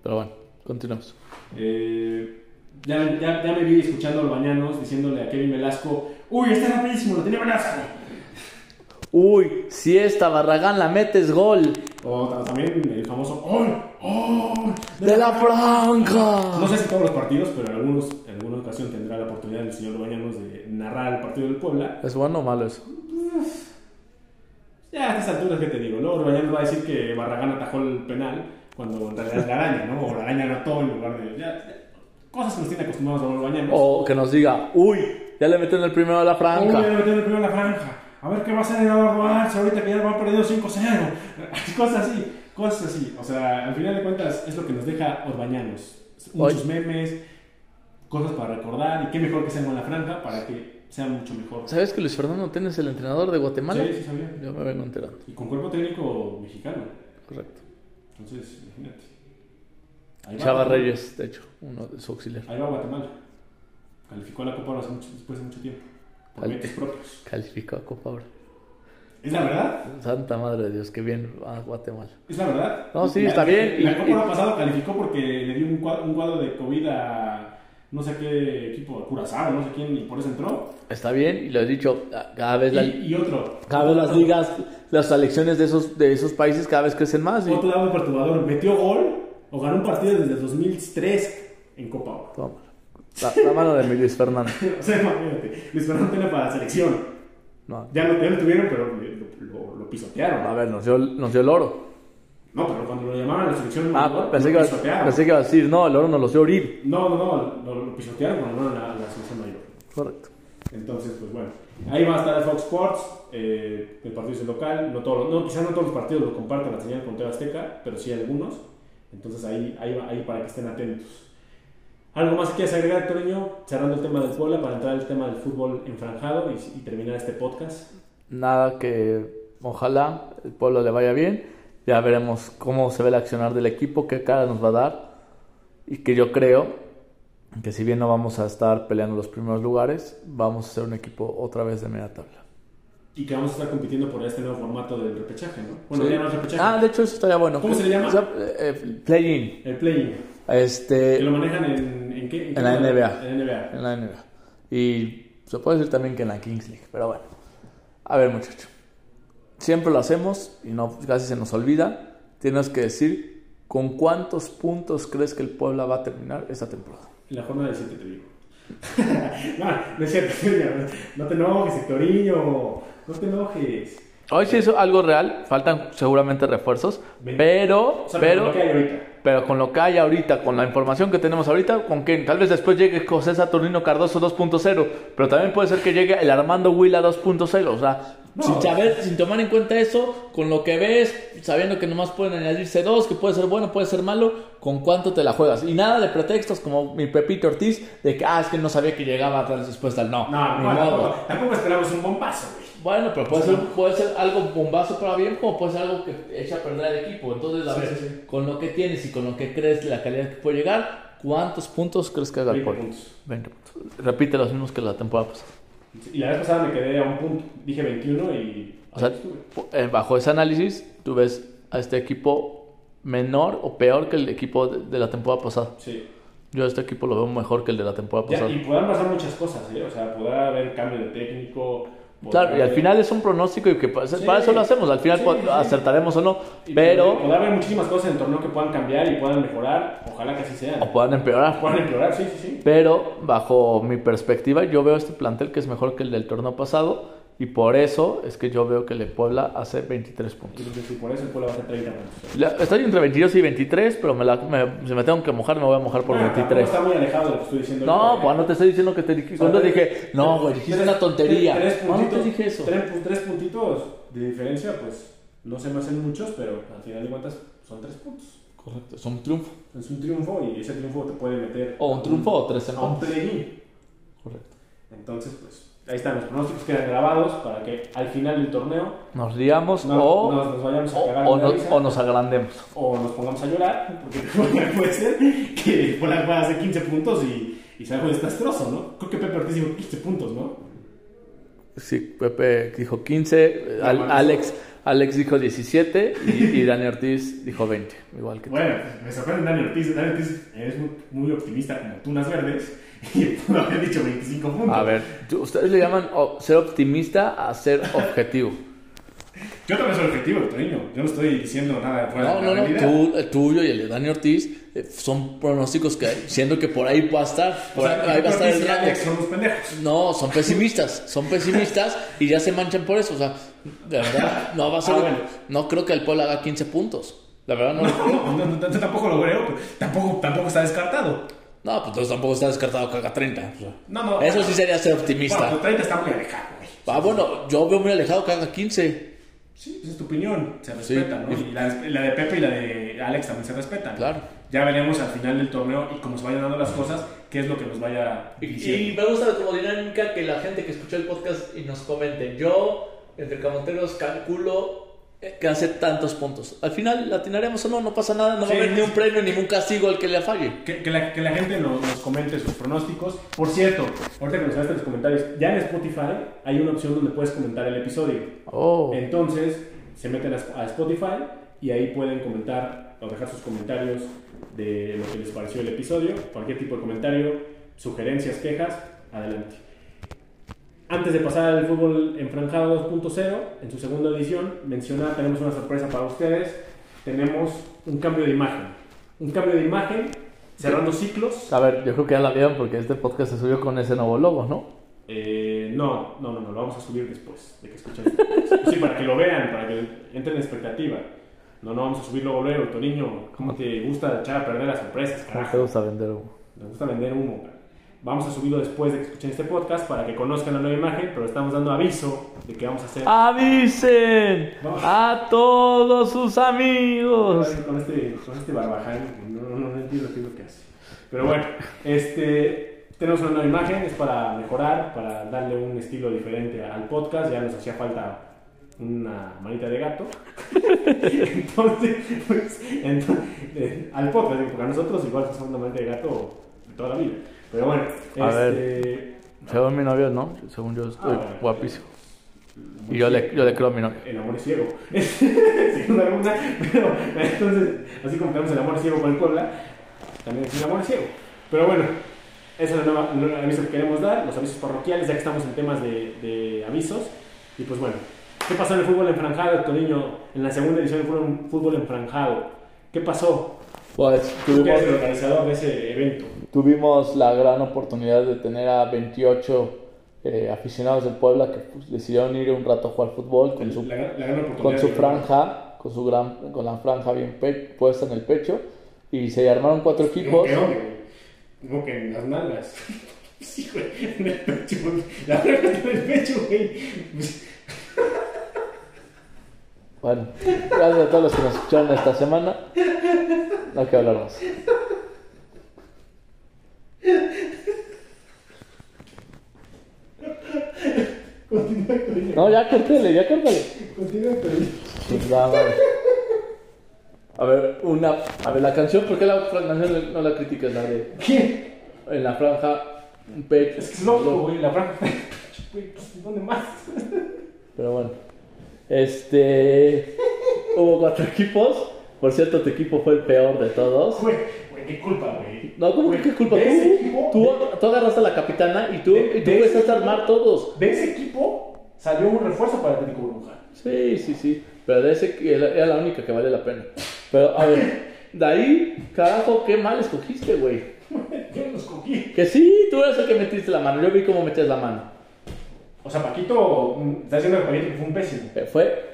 Pero bueno, continuamos.
eh, ya, ya, ya me vi escuchando a los bañanos diciéndole a Kevin Velasco, uy, este era rapidísimo, lo tenía Velasco.
Uy, si esta Barragán la metes gol
O ta- también el famoso, ¡Ay! ¡Ay!
de la franja.
No sé si todos los partidos, pero en, algunos, en alguna ocasión tendrá la oportunidad el señor Bañanos de narrar el partido del Puebla.
¿Es bueno o malo eso?
Ya a estas alturas, ¿qué te digo? Luego Bañanos va a decir que Barragán atajó el penal cuando en realidad es la araña, ¿no? O la araña anotó en lugar de. ya- ya- cosas que nos tiene acostumbrados a los Bañanos.
O que nos diga, uy, ya le meten el primero a la
Uy,
franja.
ya le metieron el primero en la franja. A ver qué va a hacer Eduardo Arce ahorita que ya van perdiendo 5-0. Cosas así, cosas así. O sea, al final de cuentas es lo que nos deja Orbañanos. Muchos memes, cosas para recordar y qué mejor que sean con la franja para que sea mucho mejor. Sí,
¿Sabes que Luis Fernando Tena es el entrenador de Guatemala?
sí, sabía.
Yo me vengo enterando,
Y con cuerpo técnico mexicano.
correcto.
Entonces, imagínate. Ahí va
Chava
Guatemala.
Reyes, de hecho, uno de su auxiliar.
Ahí va Guatemala. Calificó a la Copa Oro hace mucho- después de mucho tiempo. Por
Cali-
méritos propios.
Calificó a Copa ahora.
¿Es la verdad?
Santa madre de Dios, que bien a Guatemala.
¿Es la verdad?
No, sí,
La-
está bien.
La
Y-
Copa
y-
pasada calificó porque le dio un cuadro, un cuadro de COVID a no sé qué equipo, a Curazao, no sé quién, y por eso entró.
Está bien, y lo he dicho, cada vez, la-
Y, y otro.
cada vez las ligas, las selecciones de esos, de esos países cada vez crecen más. Y...
Otro dado perturbador. Metió gol o ganó un partido desde el 2003 en Copa Oro.
Toma. La, la mano de mi Luis Fernando.
O sea, imagínate. Luis Fernando Tena para la selección.
No.
Ya lo, ya lo tuvieron, pero lo, lo- lo pisotearon.
A ver, nos dio, nos dio el oro.
No, pero cuando lo llamaron a la selección,
Ah,
lo,
pensé
lo
que, ibas-
pisotearon.
pensé que iba a decir, no, el oro nos lo dio Uribe.
No, no, no, lo, lo pisotearon cuando lo llamaron a la- a la selección mayor.
Correcto.
Entonces, pues bueno, ahí va a estar el Fox Sports, eh, el partido es el local, no todos, los- no, quizás no todos los partidos lo comparten la señal con TV Azteca, pero sí algunos. Entonces ahí, ahí, va- ahí para que estén atentos. ¿Algo más que quieras agregar, Toreño? Cerrando el tema del Puebla para entrar al tema del fútbol enfranjado y, y terminar este podcast.
Nada que ojalá el pueblo le vaya bien. Ya veremos cómo se ve el accionar del equipo, qué cara nos va a dar. Y que yo creo que si bien no vamos a estar peleando los primeros lugares, vamos a ser un equipo otra vez de media tabla.
Y que vamos a estar compitiendo por este nuevo formato del repechaje, ¿no? Bueno,
Sí.
ya no es repechaje.
Ah, de hecho eso estaría bueno.
¿Cómo se le llama?
O sea, eh, eh, play-in.
el play que lo
Este,
manejan en, en qué?
En la
qué-
NBA.
En la NBA.
en la NBA. Y se puede decir también que en la Kings League, pero bueno. A ver, muchacho. Siempre lo hacemos y no casi se nos olvida. Tienes que decir con cuántos puntos crees que el Puebla va a terminar esta temporada.
En la jornada de 7 te digo. no, no es cierto, señor. No te enojes, Hectorinho. No te enojes.
Hoy sí es algo real, faltan seguramente refuerzos,
Ven.
pero,
O sea, con
pero,
lo que hay ahorita.
pero con lo que hay ahorita, con la información que tenemos ahorita, con que tal vez después llegue José Saturnino Cardoso 2.0, pero también puede ser que llegue el Armando Huila 2.0, o sea,
No.
sin saber, sin tomar en cuenta eso, con lo que ves, sabiendo que nomás pueden añadirse dos, que puede ser bueno, puede ser malo, con cuánto te la juegas. Y nada de pretextos como mi Pepito Ortiz, de que, ah, es que no sabía que llegaba tal respuesta al no.
No,
ni
no,
modo.
tampoco, tampoco esperamos un bombazo, güey.
Bueno, pero puede ser, puede ser algo bombazo para bien, como puede ser algo que echa a perder al equipo. Entonces, a
Sí,
veces,
sí, sí.
con lo que tienes y con lo que crees la calidad que puede llegar, ¿cuántos puntos crees que haga el
20
Poli?
puntos.
20 puntos. Repite los mismos que la temporada pasada.
Y la vez pasada me quedé a un punto. Dije 21 y.
O sea,
ahí estuve.
eh, bajo ese análisis, tú ves a este equipo menor o peor que el equipo de, de la temporada pasada.
Sí.
Yo a este equipo lo veo mejor que el de la temporada
Ya,
pasada.
y podrán pasar muchas cosas, ¿eh? O sea, podrá haber cambio de técnico.
Claro,
podrá
y al
haber-
final es un pronóstico y que para,
Sí.
para eso lo hacemos. Al final
Sí,
po-
sí.
acertaremos o no,
y
pero
Podrá haber muchísimas cosas en el torneo que puedan cambiar y puedan mejorar. Ojalá que así sea.
o puedan empeorar.
Puedan explorar, sí, sí, sí.
Pero bajo mi perspectiva, yo veo este plantel que es mejor que el del torneo pasado y por eso es que yo veo que el de Puebla hace 23 puntos.
Yo creo que sí, por eso el pueblo va a hacer 30 puntos.
La- Estoy entre 22 y 23, pero me la, me- si me tengo que mojar, me voy a mojar por
Ah, tampoco
23.
Está muy alejado de lo que estoy diciendo.
No,
ahorita,
pues
¿eh?
no te estoy diciendo que te dije. Cuando dije, no, güey, dijiste
Tres-
una tontería.
Tres,
No, no
puntitos,
te dije eso.
Tres, pu- tres puntitos de diferencia, pues no se me hacen muchos, pero al final de cuentas son tres puntos.
Correcto, es un triunfo.
Es un triunfo y ese triunfo te puede meter.
O un triunfo o tres
A un
semanas.
play
Correcto.
Entonces, pues ahí están los pronósticos quedan grabados para que al final del torneo
Nos liamos
no
o,
nos, nos vayamos a
o-
cagar
o
de la
no-
risa,
o nos agrandemos.
o nos pongamos a llorar, porque puede ser que Polar pueda hacer 15 puntos y, y sea algo desastroso, ¿no? Creo que Pepe Ortiz dijo 15 puntos, ¿no?
Sí, Pepe dijo 15, eh, Al-
bueno,
Alex, Alex dijo 17 y, y Dani Ortiz dijo 20, igual que tú.
Bueno, pues, me sorprende Dani Ortiz. Dani Ortiz es muy, muy optimista como Tunas Verdes y pudo haber dicho 25 puntos.
A ver, tú- ustedes le llaman o- ser optimista a ser objetivo.
Yo también soy objetivo, Toño. Yo no estoy diciendo nada fuera
No,
de
no,
la
no,
realidad.
tú- el tuyo y el de Dani Ortiz eh, son pronósticos que siendo que por ahí va a estar,
O
por
sea,
ahí, ahí va a estar el
Ortiz y
rango.
Alex son los pendejos.
No, son pesimistas, son pesimistas y ya se manchan por eso. O sea, de verdad, no va a ser.
Ah, bueno.
No creo que el Puebla haga 15 puntos. La verdad, no. No,
No, no, no, tampoco lo creo, pero tampoco, tampoco está descartado.
pues entonces tampoco está descartado que haga 30. o sea.
No, no.
Eso sí sería ser
Bueno, pues,
optimista.
pero 30 está muy alejado, güey.
Ah, bueno, yo veo muy alejado que haga 15.
Sí, pues es tu opinión, se respeta, ¿no? Y la, la de Pepe y la de Alex también se respetan.
Claro.
Ya veremos al final del torneo y cómo se vayan dando las cosas, qué es lo que nos vaya diciendo.
me gusta como dinámica que la gente que escuchó el podcast y nos comente. Yo, entre camonteros, calculo eh, que hace tantos puntos. Al final, latinaremos o no, no pasa nada, no
Sí.
va a haber ni un premio ni un castigo al que le falle.
Que, que la, que la gente nos, nos comente sus pronósticos. Por cierto, ahorita que nos dejaste en los comentarios, ya en Spotify hay una opción donde puedes comentar el episodio.
Oh,
Entonces, se meten a, a Spotify y ahí pueden comentar o dejar sus comentarios de lo que les pareció el episodio. Cualquier tipo de comentario, sugerencias, quejas, adelante. Antes de pasar al fútbol enfranjado 2.0, en su segunda edición, mencionar, tenemos una sorpresa para ustedes. Tenemos un cambio de imagen. Un cambio de imagen, cerrando ciclos.
a ver, yo creo que ya la vieron porque este podcast se subió con ese nuevo logo, ¿no?
Eh, no, no, no, no, lo vamos a subir después de que escuchen. este podcast. sí, para que lo vean, para que entren en expectativa. No, no vamos a subir luego, luego, Toniño. ¿Cómo te gusta echar a perder las sorpresas,
No te
carajo?
gusta vender humo.
Me gusta vender humo. cara. Vamos a subirlo después de que escuchen este podcast para que conozcan la nueva imagen, pero estamos dando aviso de que vamos a hacer
Avisen a todos sus amigos.
con este, con este barbaján. No, no, no entiendo qué es lo que hace. Pero bueno, este, tenemos una nueva imagen, es para mejorar, para darle un estilo diferente al podcast. Ya nos hacía falta una manita de gato. entonces, pues, ento- eh, al podcast, porque a nosotros igual somos una manita de gato de toda la vida. Pero bueno,
A
este,
Según mi novio, ¿no? Según yo, estoy
Ah, bueno.
guapísimo. Y yo le, yo le creo a mi novio.
el amor es ciego. Sin duda alguna, pero entonces, así como tenemos el amor es ciego con el Puebla, también es el amor es ciego. Pero bueno, ese es el nuevo el nuevo aviso que queremos dar, los avisos parroquiales, ya que estamos en temas de, de avisos. Y pues bueno, ¿qué pasó en el fútbol enfranjado, Toniño? En la segunda edición del fútbol- fútbol enfranjado. ¿Qué pasó?
Pues
Tú que
tuvimos,
eres el organizador de ese evento.
tuvimos la gran oportunidad de tener a 28 eh, aficionados del Puebla que pues, decidieron ir un rato a jugar fútbol con su,
La, gran- la gran oportunidad.
con su
de-
franja, con su gran, con la franja bien pe- puesta en el pecho y se armaron cuatro
Como
equipos.
que, hombre, como que en las nalgas. Sí, güey, en el pecho, güey. La franja está en el pecho, güey. Pues,
Bueno, gracias a todos los que nos escucharon esta semana. No hay que hablar más.
Continúa con ello.
No, ya córtale, ya córtale.
Continúa con ello.
Chingada madre. A ver, una. A ver, la canción, ¿por qué la fra- canción no la criticas? La de.
¿Qué?
En la franja, un pecho.
Es que es loco,
loco.
güey, la franja. Güey, pues, ¿dónde más?
Pero bueno. Este. Hubo cuatro equipos. Por cierto, tu equipo fue el peor de todos.
Güey, güey, qué culpa, güey.
No, ¿cómo que
Güey,
qué culpa?
de ese equipo-
Tú, tú, tú agarraste a la capitana y tú,
De-
y tú
de ese
empezaste a
equipo-
armar todos.
De ese equipo salió un refuerzo para Atlético Bruja.
Sí, sí, sí. Pero de ese que era era la única que vale la pena. Pero a ver, de ahí, carajo, qué mal escogiste, güey.
Yo los cogí.
Que sí, tú eres el que metiste la mano. Yo vi cómo metías la mano.
O sea, Paquito mm, está haciendo el proyecto que fue un pésimo.
Eh, Fue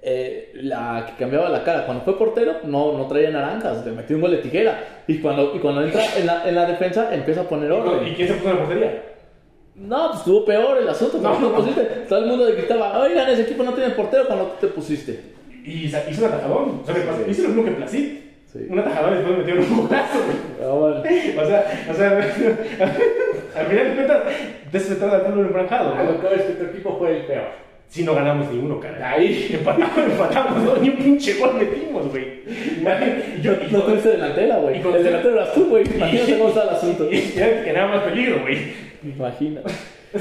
eh, la que cambiaba la cara. Cuando fue portero, no, no traía naranjas. Le metió un gol de tijera. Y cuando, y cuando entra en la, en la defensa, empieza a poner
¿Y
orden.
quién se puso en la portería?
No, pues estuvo peor el asunto.
No,
cuando tú
no.
pusiste, todo el mundo le gritaba: Oigan, ese equipo no tiene portero. Cuando tú te pusiste.
Y sa- hizo un atajadón. O sea, me pasó- hizo lo mismo que Placid.
Sí.
Un atajador y después metió un jugazo, güey.
Pero bueno,
O sea, o sea, al final de cuentas, de eso se trata de un embranjado,
A lo
¿no?
que ves que tu equipo fue el peor.
Si no ganamos ninguno, cara.
Ahí.
Empatamos, empatamos, ¿no? ni un pinche gol metimos, güey. Y yo, y
no tuviste delantera, güey.
y con-
El delantero eras tú, güey. Imagínate cómo está el asunto.
y era el que era más peligro, güey.
Imagínate.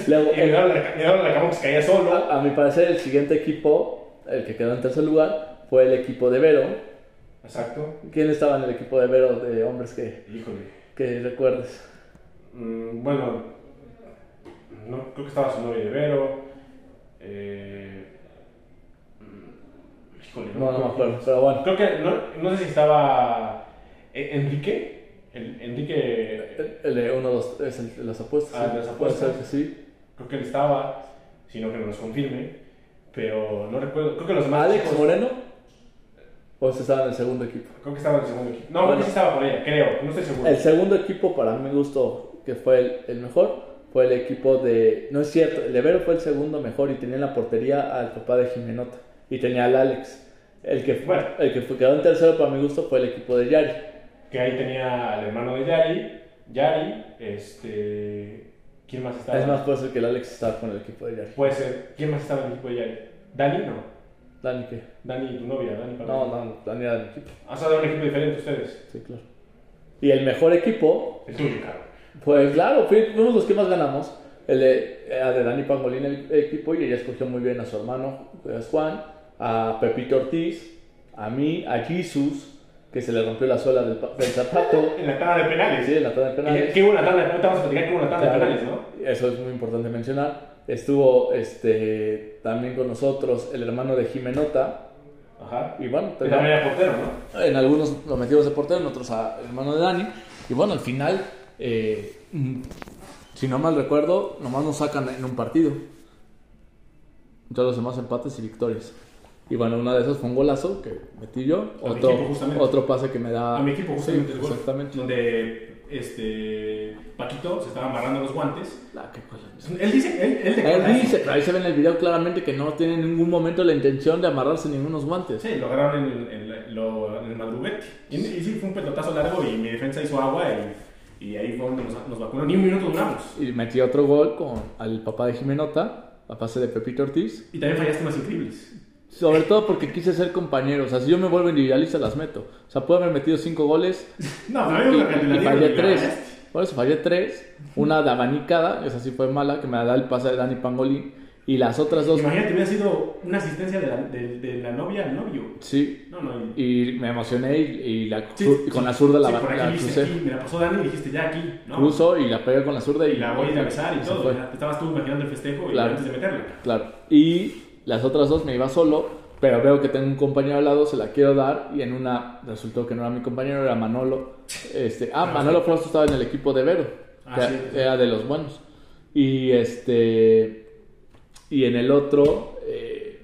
Luego,
Y llegaron a la- llegaron a la cama que se caía solo.
A, a mi parecer, el siguiente equipo, el que quedó en tercer lugar, fue el equipo de Vero.
Exacto.
¿Quién estaba en el equipo de Vero de hombres que,
Híjole.
que recuerdes?
Mm, bueno, no, creo que estaba su novia de Vero. Eh, mm, híjole,
No, no me acuerdo, pero bueno.
Creo que no, no sé si estaba eh, Enrique. En- Enrique,
El el de uno de los, es el de las apuestas.
Ah,
¿sí?
de las apuestas.
Puede ser que sí.
creo que él estaba, sino que no nos confirme. Pero no recuerdo, creo que los demás.
Alex
chicos-
Moreno. O ese estaba en el segundo equipo.
Creo que estaba en el segundo equipo. No, creo
Bueno.
que sí estaba por ella, creo, no estoy seguro.
El segundo equipo, para mi gusto, que fue el, el mejor, fue el equipo de. No es cierto, el de Vero fue el segundo mejor y tenía en la portería al papá de Jimenota y tenía al Alex. El que,
Bueno.
el que fue- quedó en tercero, para mi gusto, fue el equipo de Yari.
Que ahí tenía al hermano de Yari. Yari, este. ¿Quién más estaba?
Es más, puede ser que el Alex estaba con el equipo de Yari.
Puede ser. ¿Quién más estaba en el equipo de Yari? Dani, no.
Dani, ¿qué?
Dani, tu novia, Dani para
No, no, Dani era del equipo.
Has dado un equipo diferente ustedes.
Sí, claro. Y el mejor equipo,
El tuyo, cabrón.
pues claro, fui- fuimos los que más ganamos. El de, era de Dani Pangolín, el, el equipo, y ella escogió muy bien a su hermano, que es Juan, a Pepito Ortiz, a mí, a Jesus, que se le rompió la suela del, pa- del zapato.
En la tanda de penales.
Sí, en la tanda de penales.
Que- Que hubo una tanda, no te vamos a platicar que hubo una tanda
Claro,
de penales, ¿no?
Eso es muy importante mencionar. Estuvo este, también con nosotros el hermano de Jimenota.
Ajá.
Y bueno,
Que también era portero, ¿no?
En algunos lo metimos de portero, en otros a hermano de Dani. Y bueno, al final, eh, mm, si no mal recuerdo, nomás nos sacan en un partido. Todos los demás empates y victorias. Y bueno, una de esas fue un golazo que metí yo.
A mi
Otro,
equipo, justamente.
otro pase que me da.
A mi equipo, justamente.
Sí,
el gol.
exactamente.
Donde este, Paquito se estaba amarrando los guantes.
Ah, qué cosa.
Él dice, él, él declara
Él
eso.
dice, pero ahí se ve en el video claramente que no tiene en ningún momento la intención de amarrarse ningunos guantes.
Sí, lo agarraron en, en lo- en el madruguete. Y, y sí, fue un pelotazo largo y mi defensa hizo agua y, y ahí fue donde nos, nos vacunó. Ni un minuto duramos.
Y metí otro gol con al papá de Jimenota, a pase de Pepito Ortiz.
Y también fallaste unas increíbles.
Sobre todo porque quise ser compañero. O sea, si yo me vuelvo individualista, las meto. O sea, puedo haber metido cinco goles
No, pero
y,
había una
y
cantidad
fallé tres. Por eso fallé tres. Una de abanicada, esa sí fue mala, que me da el pase de Dani Pangolín. Y las otras dos,
Imagínate, hubiera sido una asistencia de la, de, de la novia al novio.
sí.
No, no. y-
Y me emocioné y, y la,
Sí,
cru- y con la zurda la,
sí, por aquí
la
dice,
crucé.
aquí, me la pasó Dani y dijiste ya aquí, ¿no?
Cruzo y la pegué con la zurda y,
Y la voy a ir a besar y
se
todo.
fue.
ya. Te estabas tú imaginando el festejo y
Claro.
antes de meterla.
Claro. Y las otras dos me iba solo, pero veo que tengo un compañero al lado, se la quiero dar y en una resultó que no era mi compañero, era Manolo. Este, ah, Manolo Frost estaba en el equipo de Vero,
Ah,
que
sí, sí.
era de los buenos. Y este. Y en el otro, eh,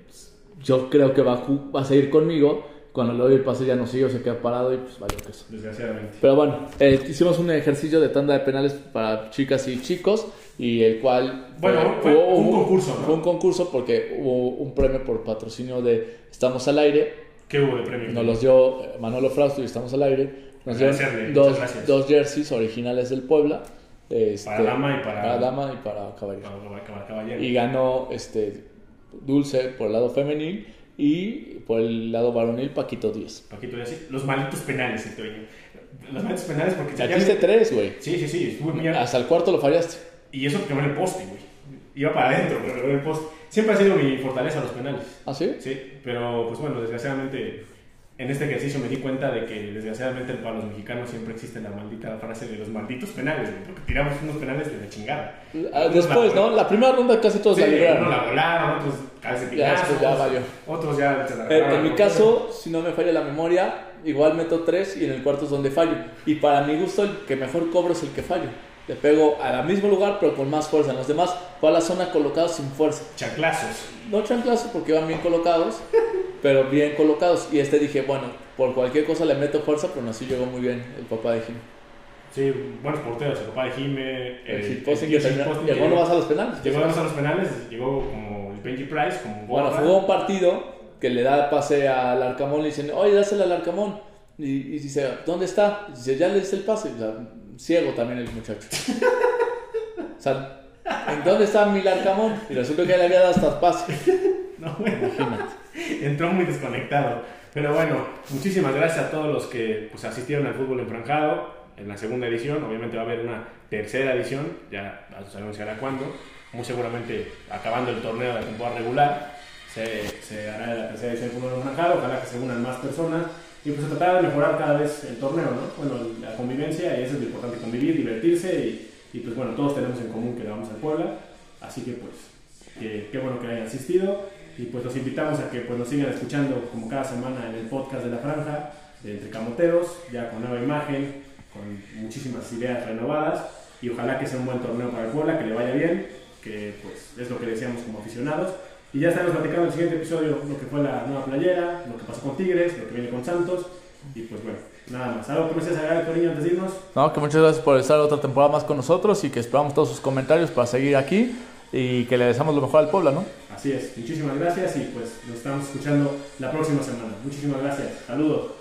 yo creo que va a, ju- va a seguir conmigo. Cuando le doy el pase ya no sigo, se queda parado y pues valió queso.
Desgraciadamente.
Pero bueno, eh, hicimos un ejercicio de tanda de penales para chicas y chicos. Y el cual.
Bueno, fue un concurso, ¿no?
Fue un concurso porque hubo un premio por patrocinio de Estamos al aire.
¿Qué hubo de premio?
Nos los dio eh, Manolo Frausto y estamos al aire. Nos dieron
Agradecerle,
dos,
muchas gracias.
dos jerseys originales del Puebla. este,
Para dama y para-
para dama y para caballero.
Para acabar, caballero.
Y ganó este Dulce por el lado femenil y por el lado varonil Paquito 10.
Paquito ya sí. Los malditos penales, el Toño. Los malditos penales porque...
Te Ah.
ya
hiciste
me-
tres, güey.
Sí, sí, sí. Estuve muy...
Hasta el cuarto lo fallaste.
Y eso porque me el poste, güey. Iba para adentro, pero me el poste. Siempre ha sido mi fortaleza los penales.
¿Ah, sí?
Sí, pero pues bueno, desgraciadamente en este ejercicio me di cuenta de que desgraciadamente para los mexicanos siempre existe la maldita frase de los malditos penales, güey, porque tiramos unos penales de la chingada.
Ah, Después, ¿no? La primera ronda casi todos
Sí,
la libraron.
unos la volaron, otros
Ya, después
calcetinazos,
ya valió.
otros ya se la
Eh, en
agarraron.
mi caso, si no me falla la memoria, igual meto tres y en el cuarto es donde fallo. Y para mi gusto, el que mejor cobro es el que fallo. Le pego al mismo lugar, pero con más fuerza. En los demás, fue a la zona colocado sin fuerza.
Chanclazos.
No chanclazo porque van bien colocados, pero bien colocados. Y este dije, bueno, por cualquier cosa le meto fuerza, pero aún así llegó muy bien el papá de Jim.
Sí, buenos porteros, el papá de Jime, eh,
El,
el,
Gil Posting
el
que
Gil
terminó-
Posting
llegó
que-
no vas a los penales.
llegó nada más a los penales, llegó como el Benji Price, como
Bueno,
Borja.
jugó un partido que le da pase al Arcamón, le dicen, oye, dásela al Arcamón. Y, y dice, ¿dónde está? Y dice, ya le hice el pase. O sea, ciego también el muchacho. o sea, ¿en dónde está mi Arcamón? Y resulta que le había dado hasta pase.
No, bueno. Entró muy desconectado. Pero bueno, muchísimas gracias a todos los que pues, asistieron al fútbol enfranjado en la segunda edición. Obviamente va a haber una tercera edición, ya se anunciará cuándo. Muy seguramente acabando el torneo de la temporada regular, se, se hará la tercera edición del fútbol enfranjado. Ojalá que se unan más personas. Y pues tratar de mejorar cada vez el torneo, ¿no? Bueno, la convivencia, y eso es lo importante, convivir, divertirse. Y, y, pues bueno, todos tenemos en común que le vamos al Puebla. Así que pues que qué bueno que hayan asistido y pues los invitamos a que pues nos sigan escuchando como cada semana en el podcast de la franja de Entre Camoteros, ya con nueva imagen, con muchísimas ideas renovadas y ojalá que sea un buen torneo para el Puebla, que le vaya bien, que pues es lo que deseamos como aficionados y ya estaremos platicando en el siguiente episodio lo que fue la nueva playera, lo que pasó con Tigres, lo que viene con Santos y pues bueno, nada más. ¿Algo que me agregar, Torinho, antes de irnos?
No, que muchas gracias por estar otra temporada más con nosotros y que esperamos todos sus comentarios para seguir aquí y que le deseamos lo mejor al Puebla, ¿no?
Así es, muchísimas gracias y pues nos estamos escuchando la próxima semana. Muchísimas gracias, saludos.